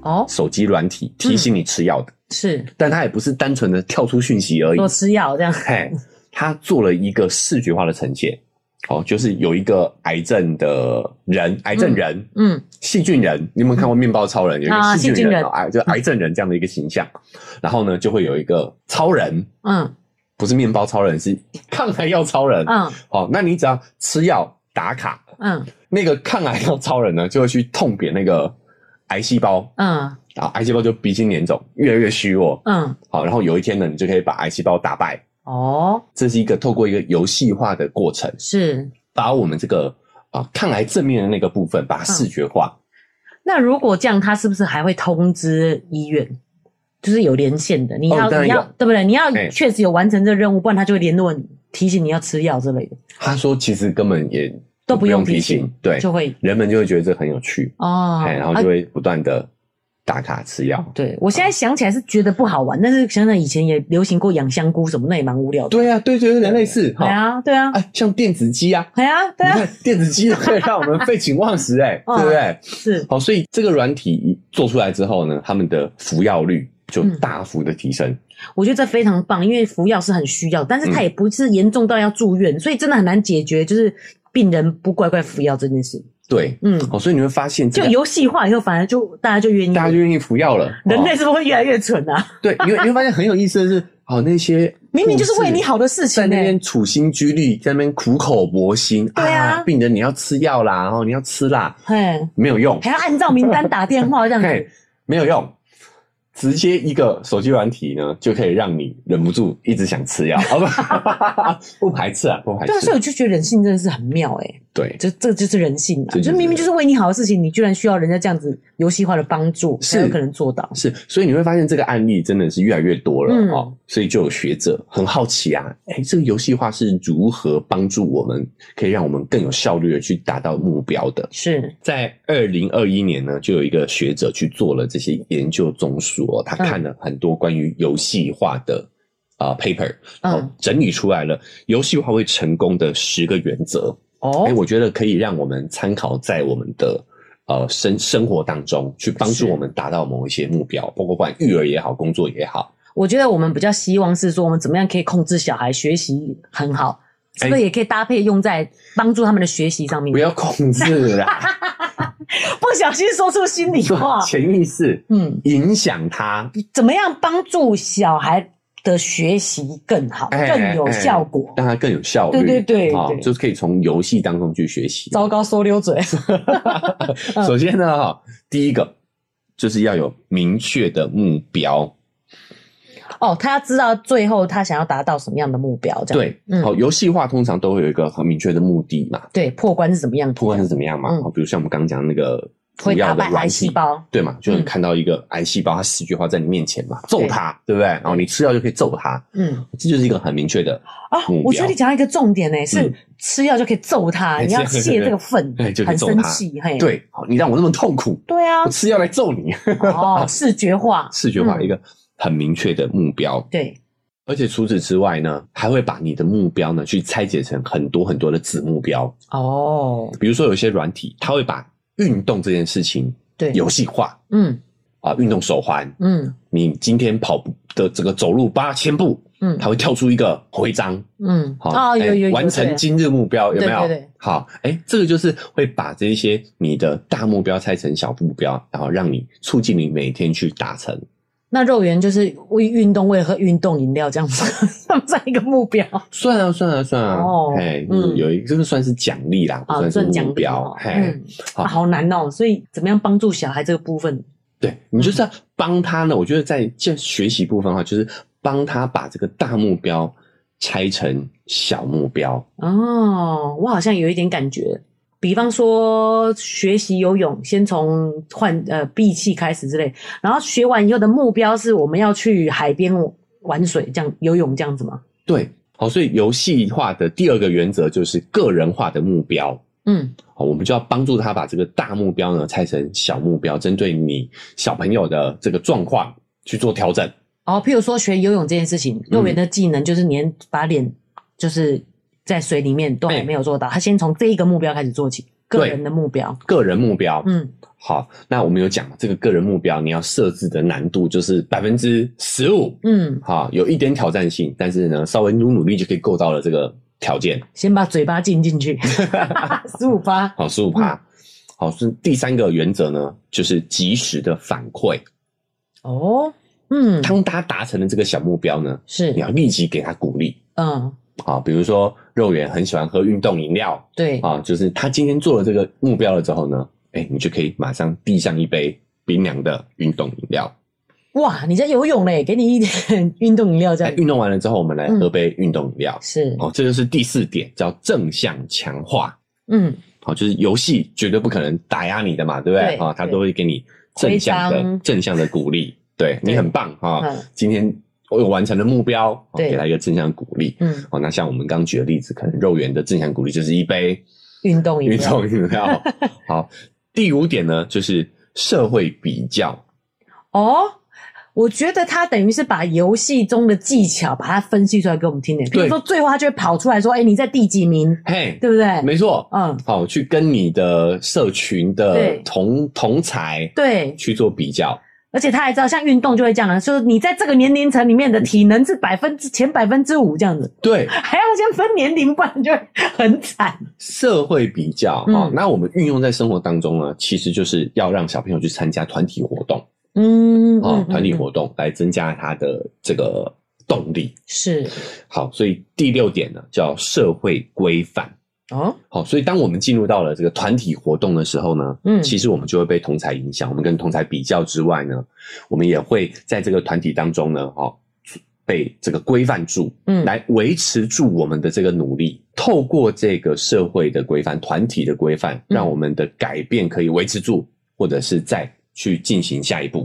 A: 哦，
B: 手机软体提醒你吃药
A: 嗯
B: 的，
A: 是
B: 但它也不是单纯的跳出讯息而已
A: 多，吃药这样，
B: 嘿，他做了一个视觉化的呈现，哦，就是有一个癌症的人，癌症人、
A: 嗯
B: 细菌人，你有没有看过《面包超人》有一
A: 啊
B: 个
A: 细
B: 细菌
A: 菌
B: 人，
A: 人
B: 哦癌、就癌症人这样的一个形象，然后呢，就会有一个超人，
A: 嗯
B: 不是面包超人，是 <laughs> 抗癌药超人。
A: 嗯
B: 哦，那你只要吃药打卡，
A: 嗯
B: 那个抗癌药超人呢，就会去痛扁那个癌细胞，
A: 嗯
B: 然后癌细胞就鼻青脸肿，越来越虚弱。
A: 嗯，
B: 好，然后有一天呢，你就可以把癌细胞打败。
A: 哦，
B: 这是一个透过一个游戏化的过程，
A: 是。
B: 把我们这个啊、抗癌正面的那个部分，把它
A: 嗯
B: 视觉化。
A: 那如果这样，他是不是还会通知医院？就是有连线的，你要、
B: 哦当然
A: 你要
B: 有
A: 对不对？你要
B: 哎
A: 确实有完成这个任务，不然他就会联络你，提醒你要吃药之类的，
B: 他说，其实根本也
A: 都不
B: 用
A: 用提
B: 醒，
A: 醒
B: 对，
A: 就会
B: 人们就会觉得这很有趣，
A: 哦。
B: 哎、然后
A: 啊
B: 就会不断的打卡吃药。
A: 对我现在想起来是觉得不好玩，但是想想以前也流行过养香菇什么，那也蛮无聊的。
B: 对啊，对，就有点类似
A: 对
B: 哈。
A: 啊，对啊，
B: 哎，像电子鸡啊，
A: 对啊，对
B: 你
A: 啊，
B: 看电子鸡会让我们废寝忘食、哎，
A: <laughs> 嗯
B: 对不对？
A: 是，
B: 好，所以这个软体一做出来之后呢，他们的服药率就
A: 嗯
B: 大幅的提升。
A: 我觉得这非常棒，因为服药是很需要，但
B: 嗯
A: 是它也不是严重到要住院，所以真的很难解决，就是病人不乖乖服药这件事。
B: 对，
A: 嗯，
B: 好，所以你会发现这
A: 就
B: 个
A: 游戏化以后，反而就大家就愿意，
B: 大家就愿意服药了。
A: <laughs> 人
B: 哦
A: 类是不是会越来越蠢
B: <laughs>
A: 啊？
B: 对，你会你会发现很有意思的是，好那些
A: <laughs> 明明就是为你
B: 护士
A: 好的事情
B: 在
A: 呢、
B: 那边处心积虑，在那边苦口婆心。
A: 对啊
B: 病人你要吃药啦，然后你要吃辣，
A: 嘿，
B: 没有用，
A: 还要按照名单打电话这样
B: <laughs> 嘿
A: 子，，
B: 没有用。直接一个手机软体呢，就可以让你忍不住一直想吃
A: <laughs>
B: 药，啊不，不 <laughs> 排斥啊，不排
A: 对啊，所以
B: 斥。
A: 我就觉得人性真的是很妙哎、
B: 对，
A: 这这就是人性啊！
B: 这就是
A: 就明明就是为你好的事情，你居然需要人家这样子游戏化的帮助，
B: 是
A: 才有可能做到。
B: 是，所以你会发现这个案例真的是越来越多了、
A: 嗯
B: 哦。所以就有学者很好奇啊，哎，这个游戏化是如何帮助我们，可以让我们更有效率的去达到目标的？
A: 是，
B: 在二零二一年呢，就有一个学者去做了这些研究综述哦，他
A: 嗯
B: 看了很多关于游戏化的啊、呃 paper，然后
A: 嗯
B: 整理出来了游戏化会成功的十个原则。哎、
A: 哦，
B: 我觉得可以让我们参考在我们的呃生生活当中，去帮助
A: 是
B: 我们达到某一些目标，包括不管育儿也好，工作也好。
A: 我觉得我们比较希望是说，我们怎么样可以控制小孩学习很好，
B: 哎
A: 嗯是不是也可以搭配用在帮助他们的学习上面？ <laughs>
B: 不要控制啦，。
A: 不小心说出心里话
B: 潜意识
A: 嗯，
B: 影响他，
A: 怎么样帮助小孩的学习更好、
B: 哎
A: 更有效果？
B: 让他更有效率。
A: 对对对
B: 好
A: 对
B: 就是可以从游戏当中去学习。
A: 糟糕，说溜嘴。嗯
B: 首先呢，哈，第一个就是要有明确的目标。
A: <laughs> 哦，他要知道最后他想要达到什么样的目标，这样
B: 对，好，游戏化通常都会有一个很明确的目的嘛，
A: 对，破关是怎么样？
B: 不管是怎么样嘛，
A: 嗯
B: 好，比如像我们刚刚讲的那个毒
A: 会打
B: 药的
A: 败癌
B: 软
A: 细
B: 体，
A: 胞。
B: 对嘛，就
A: 嗯
B: 是看到一个癌细胞它死去化在你面前嘛，揍
A: 对
B: 它，对不对？然后你吃药就可以揍它，
A: 嗯
B: 这就是一个很明确的，
A: 啊
B: 目，
A: 我觉得
B: 标
A: 你讲到一个重点呢、是
B: 嗯
A: 吃药就可以揍他，
B: 哎
A: 你要
B: 是
A: 泄这个愤，
B: 对就可以
A: 很
B: 揍
A: 生
B: 他
A: 气，嘿，
B: 对，好，你让我那么痛苦，
A: 对啊
B: 我，吃药来揍你，
A: 哦，视觉
B: <laughs>
A: 化，
B: 视觉化
A: 嗯
B: 一个很明确的目标。
A: 对，
B: 而且除此之外呢，还会把你的目标呢去拆解成很多很多的子目标，
A: 哦，
B: 比如说有些软体，它会把运动这件事情
A: 对，
B: 游戏化
A: 嗯
B: 啊，运动手环，
A: 嗯
B: 你今天跑步的这个走路八千步，
A: 嗯
B: 它会跳出一个徽章，
A: 嗯，
B: 好，
A: 哦，有
B: 哎
A: 有有
B: 完成
A: 对
B: 今日目标有没有？
A: 对对对
B: 好，哎，这个就是会把这些你的大目标拆成小目标，然后让你促进你每天去达成。
A: 那肉圆就是为运动，为了喝运动饮料这样子， <laughs> 算不算一个目标？
B: 算啊，算啊，算啊！
A: 哦
B: 哎，
A: 嗯
B: 有一这个算是奖励啦，不
A: 啊，
B: 算
A: 算
B: 是
A: 奖
B: 目
A: 励
B: 标
A: 哦。
B: 哎，
A: 嗯，
B: 好
A: 啊好难哦。所以怎么样帮助小孩这个部分？
B: 对你就
A: 嗯
B: 是要帮他呢。我觉得在这学习部分的话，就是帮他把这个大目标拆成小目标。
A: 哦，我好像有一点感觉。比方说学习游泳，先从换呃闭气开始之类，然后学完以后的目标是我们要去海边玩水，这样游泳这样子吗？
B: 对，好，所以游戏化的第二个原则就是个人化的目标。
A: 嗯，
B: 好，我们就要帮助他把这个大目标呢拆成小目标，针对你小朋友的这个状况去做调整。
A: 哦，譬如说学游泳这件事情，肉
B: 嗯
A: 圆的技能就是连把脸就是在水里面都还
B: 哎
A: 没有做到，他先从这一个目标开始做起，个
B: 对
A: 人的目标。
B: 个人目标，
A: 嗯，
B: 好，那我们有讲这个个人目标，你要设置的难度就是百分之十五，
A: 嗯，
B: 好，有一点挑战性，但是呢，稍微努努力就可以够到了这个条件，
A: 先把嘴巴浸进
B: <laughs>
A: 去，十五八。
B: 好，十五趴。好，是第三个原则呢，就是及时的反馈。
A: 哦，嗯，
B: 当他达成了这个小目标呢，
A: 是
B: 你，要立即给他鼓励。
A: 嗯，
B: 啊，比如说肉圆很喜欢喝运动饮料
A: 对，
B: 啊，就是他今天做了这个目标了之后呢，哎、你就可以马上递上一杯冰凉的运动饮料。
A: 哇，你在游泳嘞，给你一点 <laughs> 运动饮料这
B: 哎、
A: 样。
B: 运动完了之后，我们来
A: 嗯
B: 喝杯运动饮料。
A: 是，
B: 哦，这就是第四点，叫正向强化。
A: 嗯，
B: 好、就是游戏绝对不可能打压你的嘛，对不
A: 对
B: 对？啊、他
A: 对
B: 都会给你正向
A: 徽
B: 的
A: 章、
B: 正向的鼓励。对你
A: 对
B: 很棒啊、
A: 嗯
B: 今天我有完成了目标，哦
A: 对
B: 给他一个正向鼓励。
A: 嗯，
B: 哦，那像我们刚举的例子，可能肉圆的正向鼓励就是一杯
A: 运动饮
B: 运
A: 料。
B: 动
A: <laughs>
B: 饮料。好，第五点呢，就是社会比较。
A: 哦，我觉得他等于是把游戏中的技巧把它分析出来给我们听的。比如
B: 对
A: 说最后他就会跑出来说：“哎，你在第几名？
B: 嘿，
A: 对不对？”
B: 没错，
A: 嗯，
B: 好，去跟你的社群
A: 对
B: 的同同才
A: 对，
B: 去做比较。
A: 而且他还知道，像运动就会这样啊，就是你在这个年龄层里面的体能是百分之前百分之五这样子，
B: 对，
A: 还要先分年龄，不然就会很惨。
B: 社会比较
A: 嗯
B: 哦，那我们运用在生活当中呢，其实就是要让小朋友去参加团体活动
A: 嗯，
B: 哦
A: 嗯，
B: 团体
A: 嗯
B: 活动来增加他的这个动力。
A: 是
B: 好，所以第六点呢叫社会规范。
A: 哦，
B: 好，所以当我们进入到了这个团体活动的时候呢，
A: 嗯
B: 其实我们就会被同才影响。我们跟同才比较之外呢，我们也会在这个团体当中呢，哦，被这个规范住，
A: 嗯
B: 来维持住我们的这个努力。透过这个社会的规范、团体的规范，
A: 嗯
B: 让我们的改变可以维持住，或者是再去进行下一步，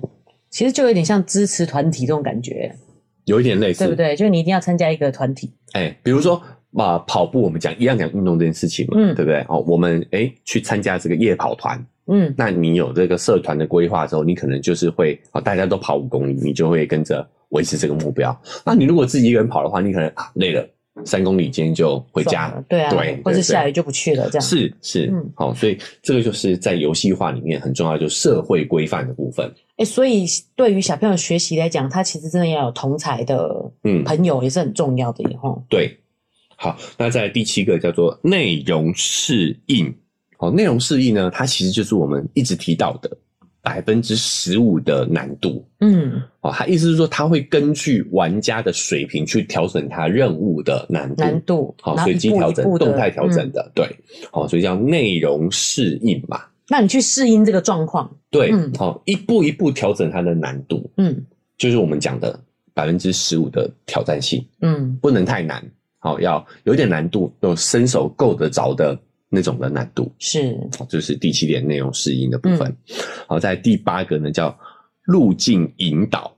A: 其实就有点像支持团体这种感觉，
B: 有一点类似，
A: 对不？对？就你一定要参加一个团体，
B: 哎，比如说啊、跑步我们讲一样讲运动这件事情嘛，
A: 嗯
B: 对不对？哦，我们哎去参加这个夜跑团。
A: 嗯，
B: 那你有这个社团的规划之后，你可能就是会啊，大家都跑五公里，你就会跟着维持这个目标。那你如果自己一个人跑的话，你可能啊累了，三公里今天就回
A: 爽
B: 家
A: 了，对啊，
B: 对，
A: 或者
B: 对
A: 下
B: 对
A: 雨就不去了，这样
B: 是是，
A: 嗯
B: 好、所以这个就是在游戏化里面很重要的，就是社会规范的部分。
A: 哎，所以对于小朋友学习来讲，他其实真的要有同才的
B: 嗯，
A: 朋友也是很重要的吼。
B: 对。好，那在第七个叫做内容适应。好，内容释义呢，它其实就是我们一直提到的百分之十五的难度。
A: 嗯，
B: 哦，它意思是说，它会根据玩家的水平去调整它任务的难度。
A: 难度，
B: 嗯好，
A: 然后
B: 随
A: 一
B: 机
A: 步
B: 调
A: 一
B: 整、
A: 步的
B: 动态调整
A: 嗯
B: 的，对，好，所以叫内容适应嘛，
A: 让你去适应这个状况。
B: 对
A: 嗯，
B: 好、一步一步调整它的难度，
A: 嗯
B: 就是我们讲的百分之十五的挑战性，
A: 嗯
B: 不能太难，好、要有点难度，有伸手够得着的那种的难度，
A: 是， <laughs>
B: 好这、是第七点内容适应的部分。
A: 嗯
B: 好、在第八个呢叫路径引导，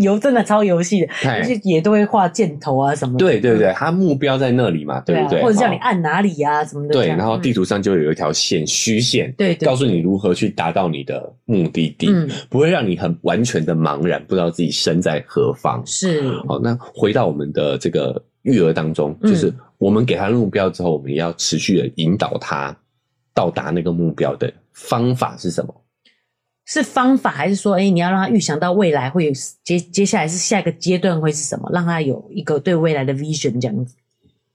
A: 游真的超游戏的，
B: 哎
A: 而且也都会画箭头啊什么的。
B: 对对对，它目标在那里嘛，对
A: 对
B: 不
A: 啊
B: 对？，
A: 或者叫
B: 好
A: 你按哪里啊什么的这
B: 对，
A: 样。
B: 然后地
A: 嗯
B: 图上就有一条线虚线，
A: 对对
B: 告诉你如何去达到你的目的地，
A: 嗯
B: 不会让你很完全的茫然，不知道自己身在何方。
A: 是
B: 好，那回到我们的这个育儿当中，
A: 嗯
B: 就是我们给他目标之后，我们也要持续的引导他到达那个目标的方法是什么？
A: 是方法，还是说，哎，你要让他预想到未来会有接接下来是下一个阶段会是什么，让他有一个对未来的 vision 这样子。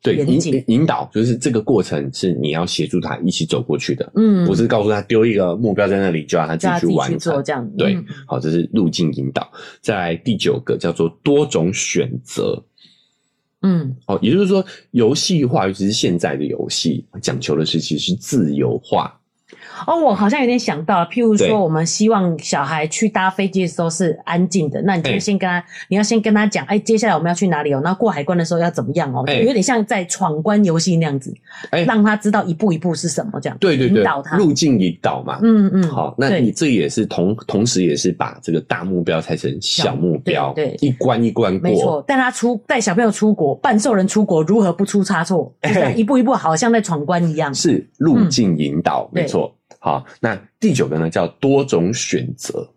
B: 对，
A: 严
B: 引
A: 谨
B: 引引导就是这个过程是你要协助他一起走过去的，
A: 嗯，
B: 不是告诉他丢一个目标在那里就让他自
A: 叫他
B: 己
A: 自
B: 去
A: 己
B: 完
A: 去
B: 成
A: 做。这样。
B: 对
A: 嗯，
B: 好，这是路径引导。再来第九个叫做多种选择。
A: 嗯，
B: 哦，也就是说，游戏化，尤其是现在的游戏，讲求的是其实是自由化。
A: 哦，我好像有点想到，譬如
B: 对
A: 说，我们希望小孩去搭飞机的时候是安静的，那你就
B: 哎
A: 先跟他，你要先跟他讲，哎，接下来我们要去哪里哦，那过海关的时候要怎么样哦，
B: 哎
A: 有点像在闯关游戏那样子，
B: 哎
A: 让他知道一步一步是什么这样。
B: 对对对
A: 引导，他
B: 路径引导嘛。
A: 嗯嗯，
B: 好，那
A: 对
B: 你这也是同同时也是把这个大目标拆成小目标，
A: 对对
B: 一关一关
A: 没错
B: 过。，
A: 带他出带小朋友出国，伴兽人出国如何不出差错？就这样一步一步，好像在闯关一样。
B: 是路径引导，
A: 嗯对
B: 没错。好，那第九个呢叫多种选择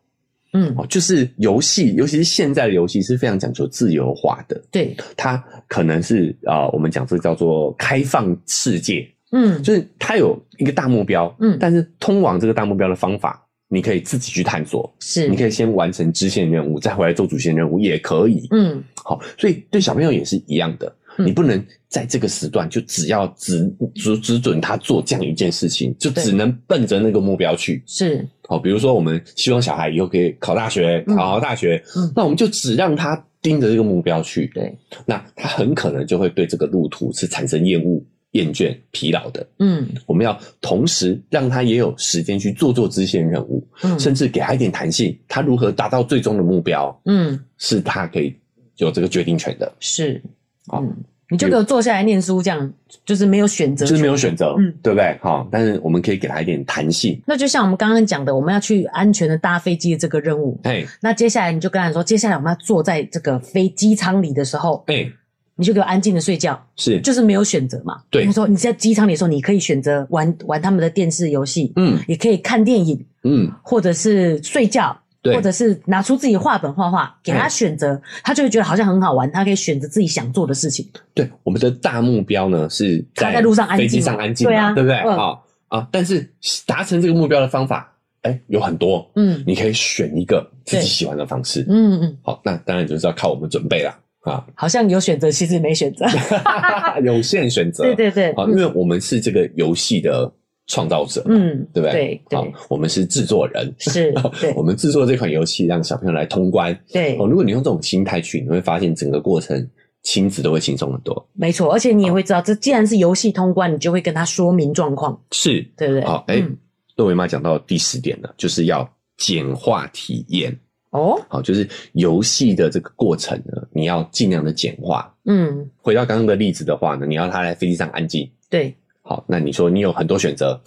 A: 嗯，
B: 哦，就是游戏，尤其是现在的游戏是非常讲究自由化的，
A: 对，
B: 它可能是啊、呃我们讲这个叫做开放世界，
A: 嗯，
B: 就是它有一个大目标，
A: 嗯
B: 但是通往这个大目标的方法，你可以自己去探索，
A: 是，
B: 你可以先完成支线任务，再回来做主线任务也可以。
A: 嗯，
B: 好，所以对小朋友也是一样的，
A: 嗯
B: 你不能在这个时段就只要只只只准他做这样一件事情，就
A: 对
B: 只能奔着那个目标去。
A: 是，
B: 好，比如说我们希望小孩以后可以考大学，
A: 嗯
B: 考好大学，
A: 嗯
B: 那我们就只让他盯着这个目标去，
A: 对，
B: 那他很可能就会对这个路途是产生厌恶、厌倦、疲劳的。
A: 嗯
B: 我们要同时让他也有时间去做做支线任务，
A: 嗯
B: 甚至给他一点弹性，他如何达到最终的目标，
A: 嗯
B: 是他可以有这个决定权的，
A: 是，
B: 好
A: 嗯，你就给我坐下来念书，这样就是没有选择
B: 就，是没有选择，
A: 嗯
B: 对不对？好，但是我们可以给他一点弹性，
A: 那就像我们刚刚讲的，我们要去安全的搭飞机的这个任务。
B: 哎
A: 那接下来你就跟他说，接下来我们要坐在这个飞机舱里的时候，
B: 哎，
A: 你就给我安静的睡觉，
B: 是，
A: 就是没有选择嘛。
B: 对
A: 他说你在机场里的时候，你可以选择玩玩他们的电视游戏，
B: 嗯
A: 也可以看电影，
B: 嗯，
A: 或者是睡觉，
B: 对
A: 或者是拿出自己的画本画画，给他
B: 哎
A: 选择，他就会觉得好像很好玩，他可以选择自己想做的事情。
B: 对，我们的大目标呢是
A: 他在路上安静
B: 飞机
A: 嘛
B: 上安静
A: 对啊
B: 嘛，对不对？
A: 嗯
B: 好啊，但是达成这个目标的方法，哎，有很多，
A: 嗯
B: 你可以选一个自
A: 对
B: 己喜欢的方式。
A: 嗯嗯，
B: 好，那当然就是要靠我们准备啦，啊，
A: 好像有选择，其实没选择。
B: <laughs> 有限选择，
A: 对对对，
B: 好，因为我们是这个游戏的创造者，，
A: 嗯，
B: 对不对
A: 对？
B: 好
A: 对，
B: 我们是制作人， <laughs>
A: 是，对
B: 我们制作这款游戏让小朋友来通关。
A: 对
B: 哦，，如果你用这种心态去，你会发现整个过程亲子都会轻松很多。
A: 没错。而且你也会知道，这既然是游戏通关，你就会跟他说明状况，
B: 是，
A: 对不对？
B: 好，哎
A: 嗯，
B: 洛维妈讲到第十点了，就是要简化体验。
A: 哦，
B: 好，就是游戏的这个过程呢，你要尽量的简化。
A: 嗯，
B: 回到刚刚的例子的话呢，你要他在飞机上安静，
A: 对，
B: 好，那你说你有很多选择，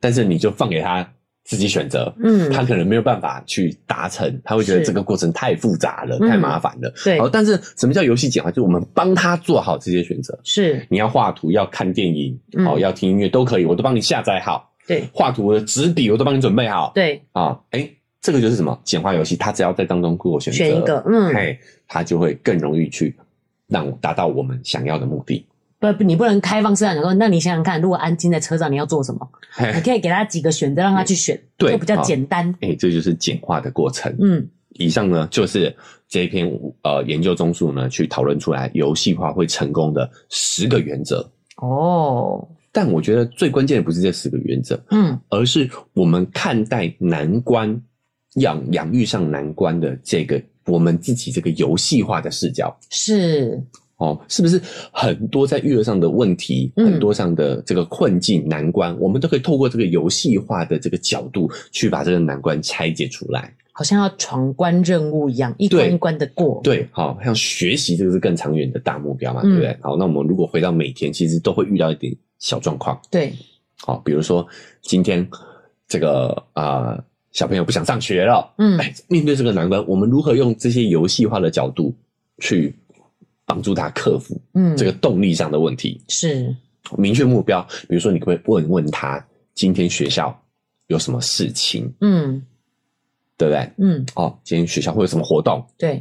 B: 但是你就放给他自己选择，
A: 嗯
B: 他可能没有办法去达成，他会觉得
A: 是
B: 这个过程太复杂了，
A: 嗯
B: 太麻烦了。
A: 对
B: 好，，但是什么叫游戏简化？就是我们帮他做好这些选择。
A: 是，
B: 你要画图，要看电影，
A: 嗯
B: 哦，要听音乐都可以，我都帮你下载好。
A: 对，
B: 画图的纸笔我都帮你准备好。
A: 对，
B: 啊，哎、这个就是什么简化游戏，他只要在当中给我选择，
A: 选一个，嗯，
B: 嘿，他就会更容易去让我达到我们想要的目的。
A: 不，不你不能开放式让讲说，那你想想看，如果安静在车上，你要做
B: <laughs>
A: 什么？
B: 嘿
A: 你可以给他几个选择，让他去选，
B: 对
A: 就比较简单。
B: 哎、这就是简化的过程。
A: 嗯，
B: 以上呢就是这一篇呃研究综述呢去讨论出来游戏化会成功的十个原则。
A: 哦，
B: 但我觉得最关键的不是这四个原则，
A: 嗯
B: 而是我们看待难关、养养育上难关的这个我们自己这个游戏化的视角
A: 是，
B: 哦，是不是很多在育儿上的问题，
A: 嗯
B: 很多上的这个困境、难关，我们都可以透过这个游戏化的这个角度去把这个难关拆解出来。
A: 好像要闯关任务一样，一关
B: 对
A: 一关的过。，
B: 对，好，像学习这个是更长远的大目标嘛，对不
A: 嗯
B: 对？好，那我们如果回到每天，其实都会遇到一点小状况，
A: 对，
B: 好，比如说今天这个啊、呃小朋友不想上学了，
A: 嗯
B: 哎，面对这个难关，我们如何用这些游戏化的角度去帮助他克服
A: 嗯，
B: 这个动力上的问题？
A: 是，
B: 明确目标，比如说你可不可以问问他今天学校有什么事情，
A: 嗯
B: 对不对？
A: 嗯，
B: 哦，今天学校会有什么活动？
A: 对，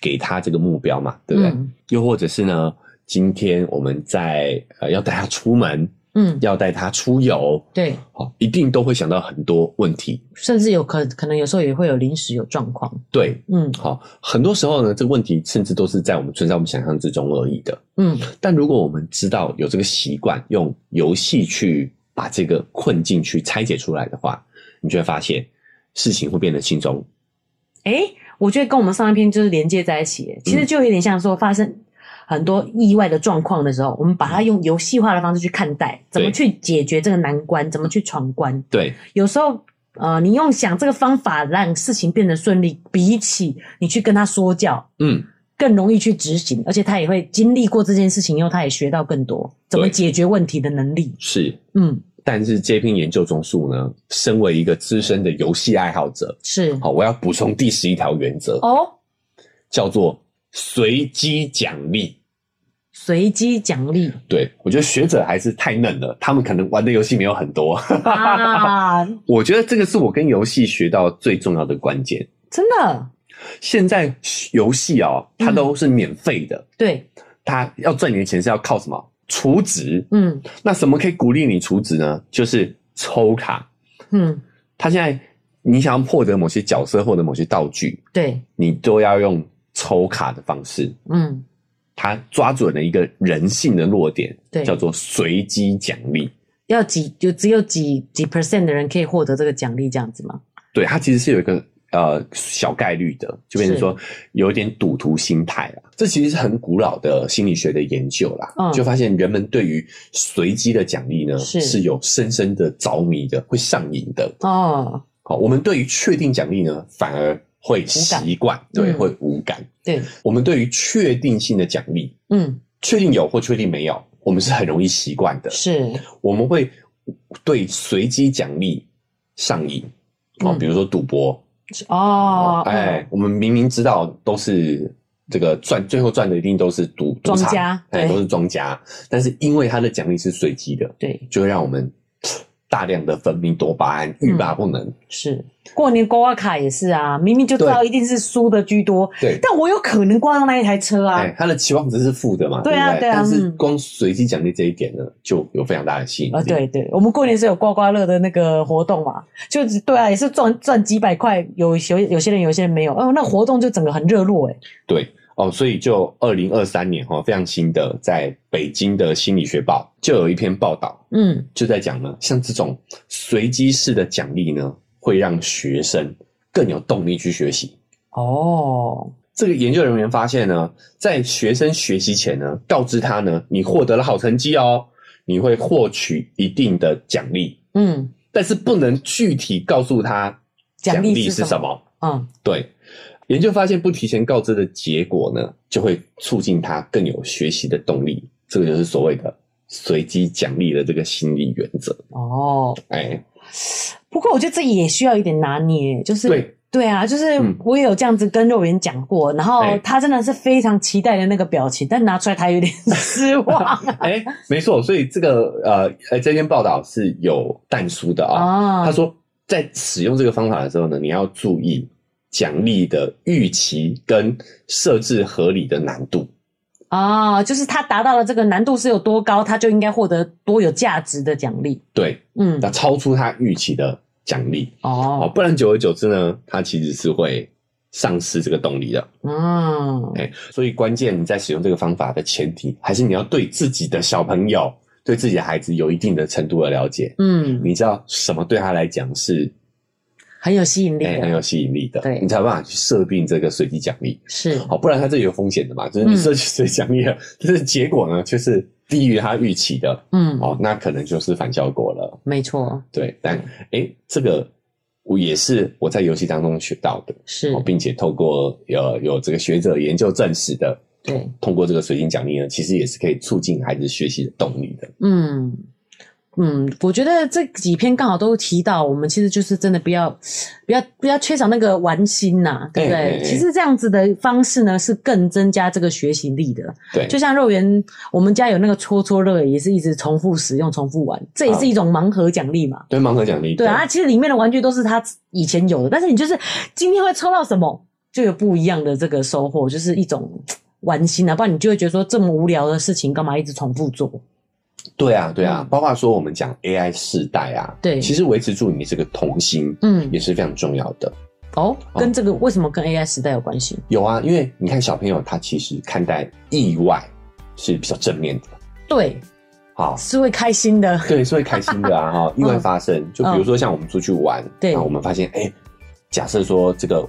B: 给他这个目标嘛，对不对？
A: 嗯
B: 又或者是呢，今天我们在呃要带他出门，
A: 嗯，
B: 要带他出游，
A: 对，
B: 好、一定都会想到很多问题。
A: 甚至有可可能有时候也会有临时有状况。
B: 对，
A: 嗯
B: 好、很多时候呢，这个问题甚至都是在我们存在我们想象之中而已的。
A: 嗯
B: 但如果我们知道有这个习惯，用游戏去把这个困境去拆解出来的话，你就会发现事情会变得轻松。
A: 诶，我觉得跟我们上一篇就是连接在一起耶，
B: 嗯
A: 其实就有点像说发生很多意外的状况的时候，我们把它用游戏化的方式去看待，怎么
B: 对
A: 去解决这个难关，怎么去闯关。
B: 对，
A: 有时候，呃，你用想这个方法让事情变得顺利，比起你去跟他说教，
B: 嗯，
A: 更容易去执行，而且他也会经历过这件事情以后，他也学到更多怎么
B: 对
A: 解决问题的能力。
B: 是。
A: 嗯，
B: 但是这篇研究综述呢，身为一个资深的游戏爱好者，哦
A: 是
B: 好，我要补充第十一条原则，
A: 哦，
B: 叫做随机奖励。
A: 随机奖励
B: 对我觉得学者还是太嫩了，他们可能玩的游戏没有很多。 <laughs>
A: 啊，
B: 我觉得这个是我跟游戏学到最重要的关键。
A: 真的
B: 现在游戏哦，它都是免费的，
A: 对，
B: 它要赚你的钱是要靠什么？储值。
A: 嗯
B: 那什么可以鼓励你储值呢？就是抽卡。
A: 嗯，
B: 它现在你想要获得某些角色或者某些道具，
A: 对，
B: 你都要用抽卡的方式。
A: 嗯
B: 它抓准了一个人性的弱点，
A: 对
B: 叫做随机奖励。
A: 要几就只有几几 percent 的人可以获得这个奖励，这样子吗？
B: 对，它其实是有一个呃小概率的，就变成
A: 是
B: 说有一点赌徒心态啊。这其实是很古老的心理学的研究啦，
A: 嗯
B: 就发现人们对于随机的奖励呢
A: 是
B: 有深深的着迷的，会上瘾的。
A: 哦，
B: 好，我们对于确定奖励呢，反而会习惯，对，
A: 嗯
B: 会无感。
A: 对，
B: 我们对于确定性的奖励，
A: 嗯
B: 确定有或确定没有，我们是很容易习惯的。
A: 是，
B: 我们会对随机奖励上瘾。哦，
A: 嗯
B: 比如说赌博，
A: 哦，
B: 哎，我们明明知道都是这个赚，最后赚的一定都是赌赌
A: 庄
B: 场
A: 家
B: 哎，
A: 对
B: 都是庄家，但是因为它的奖励是随机的，
A: 对，
B: 就会让我们大量的分泌多巴胺，
A: 嗯
B: 欲罢不能。
A: 是过年刮刮卡也是啊，明明就知道一定是输的居多，
B: 对，
A: 但我有可能刮到那一台车啊。
B: 哎，它的期望值是负的嘛，
A: 对啊
B: 不
A: 对啊
B: 但是
A: 嗯
B: 光随机奖励这一点呢，就有非常大的吸引力。
A: 啊，对对，我们过年是有刮刮乐的那个活动嘛，就是对啊，也是赚赚几百块，有有有些人有些人没有，哦，那活动就整个很热络哎、
B: 对哦，所以就二零二三年哦，非常新的，在北京的心理学报就有一篇报道，
A: 嗯，
B: 就在讲呢，像这种随机式的奖励呢，会让学生更有动力去学习。
A: 哦，
B: 这个研究人员发现呢，在学生学习前呢，告知他呢，你获得了好成绩哦，你会获取一定的奖励，
A: 嗯
B: 但是不能具体告诉他
A: 奖励是
B: 是
A: 什
B: 什么。
A: 嗯，
B: 对，研究发现不提前告知的结果呢，就会促进他更有学习的动力。这个就是所谓的随机奖励的这个心理原则。
A: 哦，
B: 哎，
A: 不过我觉得这也需要一点拿捏，欸就是
B: 对。
A: 啊，就是
B: 嗯
A: 我也有这样子跟肉圆讲过，然后
B: 哎
A: 他真的是非常期待的那个表情，但拿出来他有点失望
B: <laughs> 哎，没错，所以这个呃呃，这篇报道是有淡书的啊、
A: 啊
B: 他。说，在使用这个方法的时候呢，你要注意奖励的预期跟设置合理的难度。
A: 啊、就是他达到了这个难度是有多高，他就应该获得多有价值的奖励。
B: 对，
A: 嗯，
B: 那超出他预期的奖励哦，
A: 哦，
B: 不然久而久之呢，他其实是会丧失这个动力的。
A: 嗯，
B: 哎，所以关键你在使用这个方法的前提，还是你要对自己的小朋友、对自己的孩子有一定的程度的了解，
A: 嗯，
B: 你知道什么对他来讲是
A: 很有吸引力
B: 哎、
A: 的，
B: 很有吸引力的，
A: 对
B: 你才有办法去设定这个随机奖励。
A: 是
B: 好，不然它这有风险的嘛，
A: 嗯
B: 就是你设计随机奖励了，但是结果呢，就是低于他预期的，
A: 嗯，
B: 哦，那可能就是反效果了。
A: 没错，
B: 对，但
A: 嗯
B: 哎、这个我也是我在游戏当中学到的，
A: 是
B: 哦，并且透过有有这个学者研究证实的，
A: 对，
B: 通过这个随机奖励呢，其实也是可以促进孩子学习的动力的。
A: 嗯。嗯，我觉得这几篇刚好都提到，我们其实就是真的不要，不要不要缺少那个玩心呐、对不
B: 哎
A: 对？
B: 哎哎
A: 其实这样子的方式呢，是更增加这个学习力的。
B: 对，
A: 就像肉圆，我们家有那个搓搓乐，也是一直重复使用、重复玩，这也是一种盲盒奖励嘛。
B: 对盲盒奖励，
A: 对啊，它其实里面的玩具都是他以前有的，但是你就是今天会抽到什么，就有不一样的这个收获，就是一种嘖玩心啊，不然你就会觉得说这么无聊的事情干嘛一直重复做？
B: 对啊，对啊，
A: 嗯
B: 包括说我们讲 AI 世代啊，
A: 对
B: 其实维持住你这个童心
A: 嗯，
B: 也是非常重要的。
A: 哦，
B: 哦
A: 跟这个为什么跟 AI 时代有关系？
B: 有啊，因为你看小朋友他其实看待意外是比较正面的，
A: 对，
B: 好，
A: 是会开心的，
B: 对，是会开心
A: <laughs>
B: 的啊哈。意外发生，
A: 嗯
B: 就比如说像我们出去玩，
A: 对
B: 那我们发现，哎，假设说这个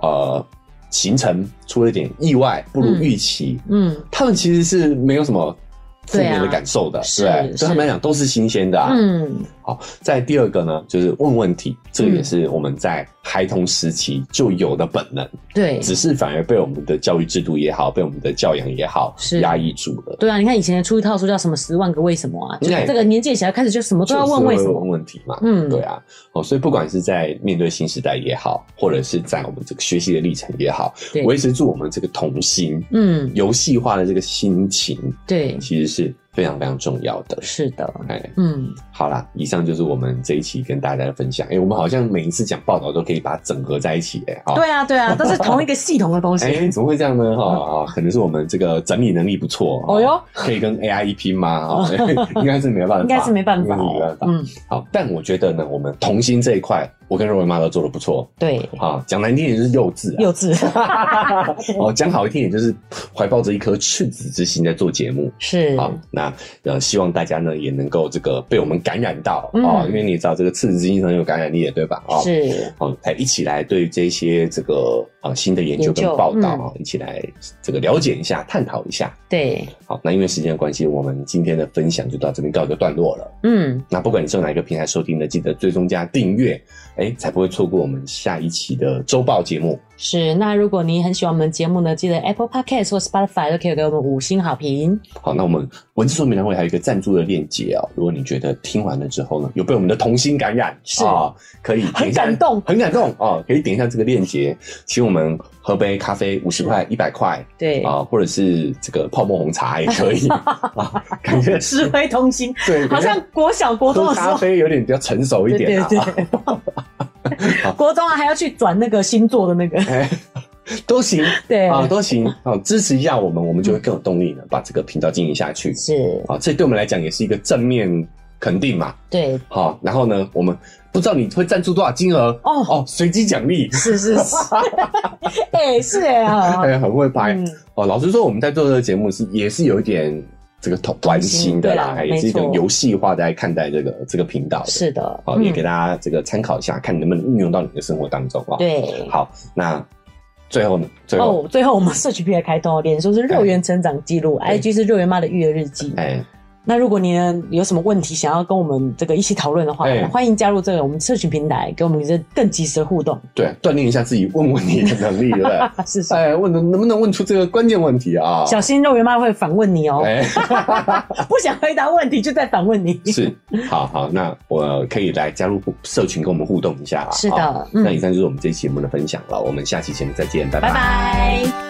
B: 呃行程出了点意外，不如预期，
A: 嗯
B: 他们其实是没有什么负面的
A: 对啊
B: 感受的，
A: 是
B: 对不对，
A: 是
B: 对他们来讲都是新鲜的啊。
A: 嗯，
B: 好，再第二个呢，就是问问题，这个
A: 嗯
B: 也是我们在孩童时期就有的本能，
A: 对。
B: 只是反而被我们的教育制度也好，被我们的教养也好
A: 是，
B: 压抑住了。
A: 对啊，你看以前出一套书叫什么《十万个为什么》啊，就是
B: 对
A: 这个年纪的小孩开始就什么都要问为什
B: 就是会
A: 么
B: 问，问题嘛，
A: 嗯
B: 对啊，哦，所以不管是在面对新时代也好，或者是在我们这个学习的历程也好，
A: 对，
B: 维持住我们这个童心、
A: 嗯，
B: 游戏化的这个心情，
A: 对，
B: 其实是非常非常重要的。
A: 是的，
B: 哎，
A: 嗯，
B: 好啦，以上就是我们这一期跟大家的分享。哎、我们好像每一次讲报道都可以把它整合在一起、哎，啊、
A: 对啊，对啊，都是同一个系统的东西
B: 哎、。怎么会这样呢？哈、啊、可能是我们这个整理能力不错。
A: 哦哟，
B: 可以
A: <laughs>
B: 跟 AI 一拼吗？哈、 <laughs> 应该是没办法，
A: 应该是没办法
B: 应该是没办
A: 欸，
B: 法。
A: 嗯，
B: 好，但我觉得呢，我们童心这一块，我跟肉圆妈都做的不错
A: 对，
B: 啊。讲难听点就是幼稚、
A: 幼稚 <laughs>
B: 啊，哦，讲好一听也就是怀抱着一颗赤子之心在做节目。
A: 是，
B: 好，那呃，希望大家呢也能够这个被我们感染到啊、
A: 嗯
B: 哦，因为你也知道这个赤子之心很有感染力的，对吧？啊、哦，
A: 是，
B: 哦，来一起来对这些这个啊、呃新的研究
A: 研
B: 跟
A: 究嗯
B: 报道啊、一起来这个了解一下、探讨一下。
A: 对，
B: 好，那因为时间的关系，我们今天的分享就到这边告一个段落了。
A: 嗯，
B: 那不管你是用哪一个平台收听的，记得追踪加订阅，哎，才不会错过我们下一期的周报节目。
A: 是。那如果你很喜欢我们的节目呢，记得 Apple Podcast 或 Spotify 都可以给我们五星好评。
B: 好，那我们文字说明栏位还有一个赞助的链接哦。如果你觉得听完了之后呢，有被我们的童心感染，
A: 是
B: 啊可以点一下
A: 很感动
B: 很感动哦，可以点一下这个链接，请我们喝杯咖啡，五十块、一百块
A: 对，
B: 啊，或者是这个泡沫红茶也
A: <laughs>
B: 可以啊，感觉
A: 石灰同心，
B: 对，
A: 好像国小国中
B: 喝
A: 的时
B: 咖
A: 候，
B: 啡有点比较成熟一
A: 对
B: 点
A: 对
B: 啊。 <laughs>
A: 对，国中啊还要去转那个星座的那个，
B: 哎， <laughs> 都行，
A: 对嗯
B: 啊，都行，好、支持一下我们，我们就会更有动力呢，把这个频道经营下去，
A: 是，
B: 啊，这对我们来讲也是一个正面肯定嘛，
A: 对，
B: 好、然后呢，我们不知道你会赞助多少金额
A: 哦
B: 哦，随机奖励，
A: 是是
B: <laughs>
A: 是，哎是哎啊，
B: 哎，很会拍、
A: 嗯，
B: 哦。老实说，我们在做这个节目是也是有一点这个同玩心的
A: 对
B: 啦，
A: 啦
B: 也是一种
A: 没错
B: 游戏化在看待这个这个频道的，
A: 是嗯的，
B: 好、也给大家这个参考一下，看能不能运用到你的生活当中啊、哦。
A: 嗯，对。
B: 好，那最后呢，最后。
A: 哦，最后我们社区平台开通哦，脸书是肉圆成长记录
B: 哎
A: ，IG 是肉圆妈的育儿日记。
B: 哎，
A: 那如果你呢有什么问题想要跟我们这个一起讨论的话，
B: 哎
A: 欢迎加入这个我们社群平台，给我们一些更及时的互动。
B: 对，锻炼一下自己问问题的能力，对
A: <laughs>
B: 不对？
A: 啊是是，
B: 哎，问能能不能问出这个关键问题啊？
A: 小心肉圆妈会反问你哦，
B: 哎，
A: <laughs> 不想回答问题就再反问你。
B: 是，好好，那我可以来加入社群跟我们互动一下啦。啊
A: 是的
B: 好
A: 嗯
B: 那以上就是我们这期节目的分享了，我们下期节目再见，拜
A: 拜拜。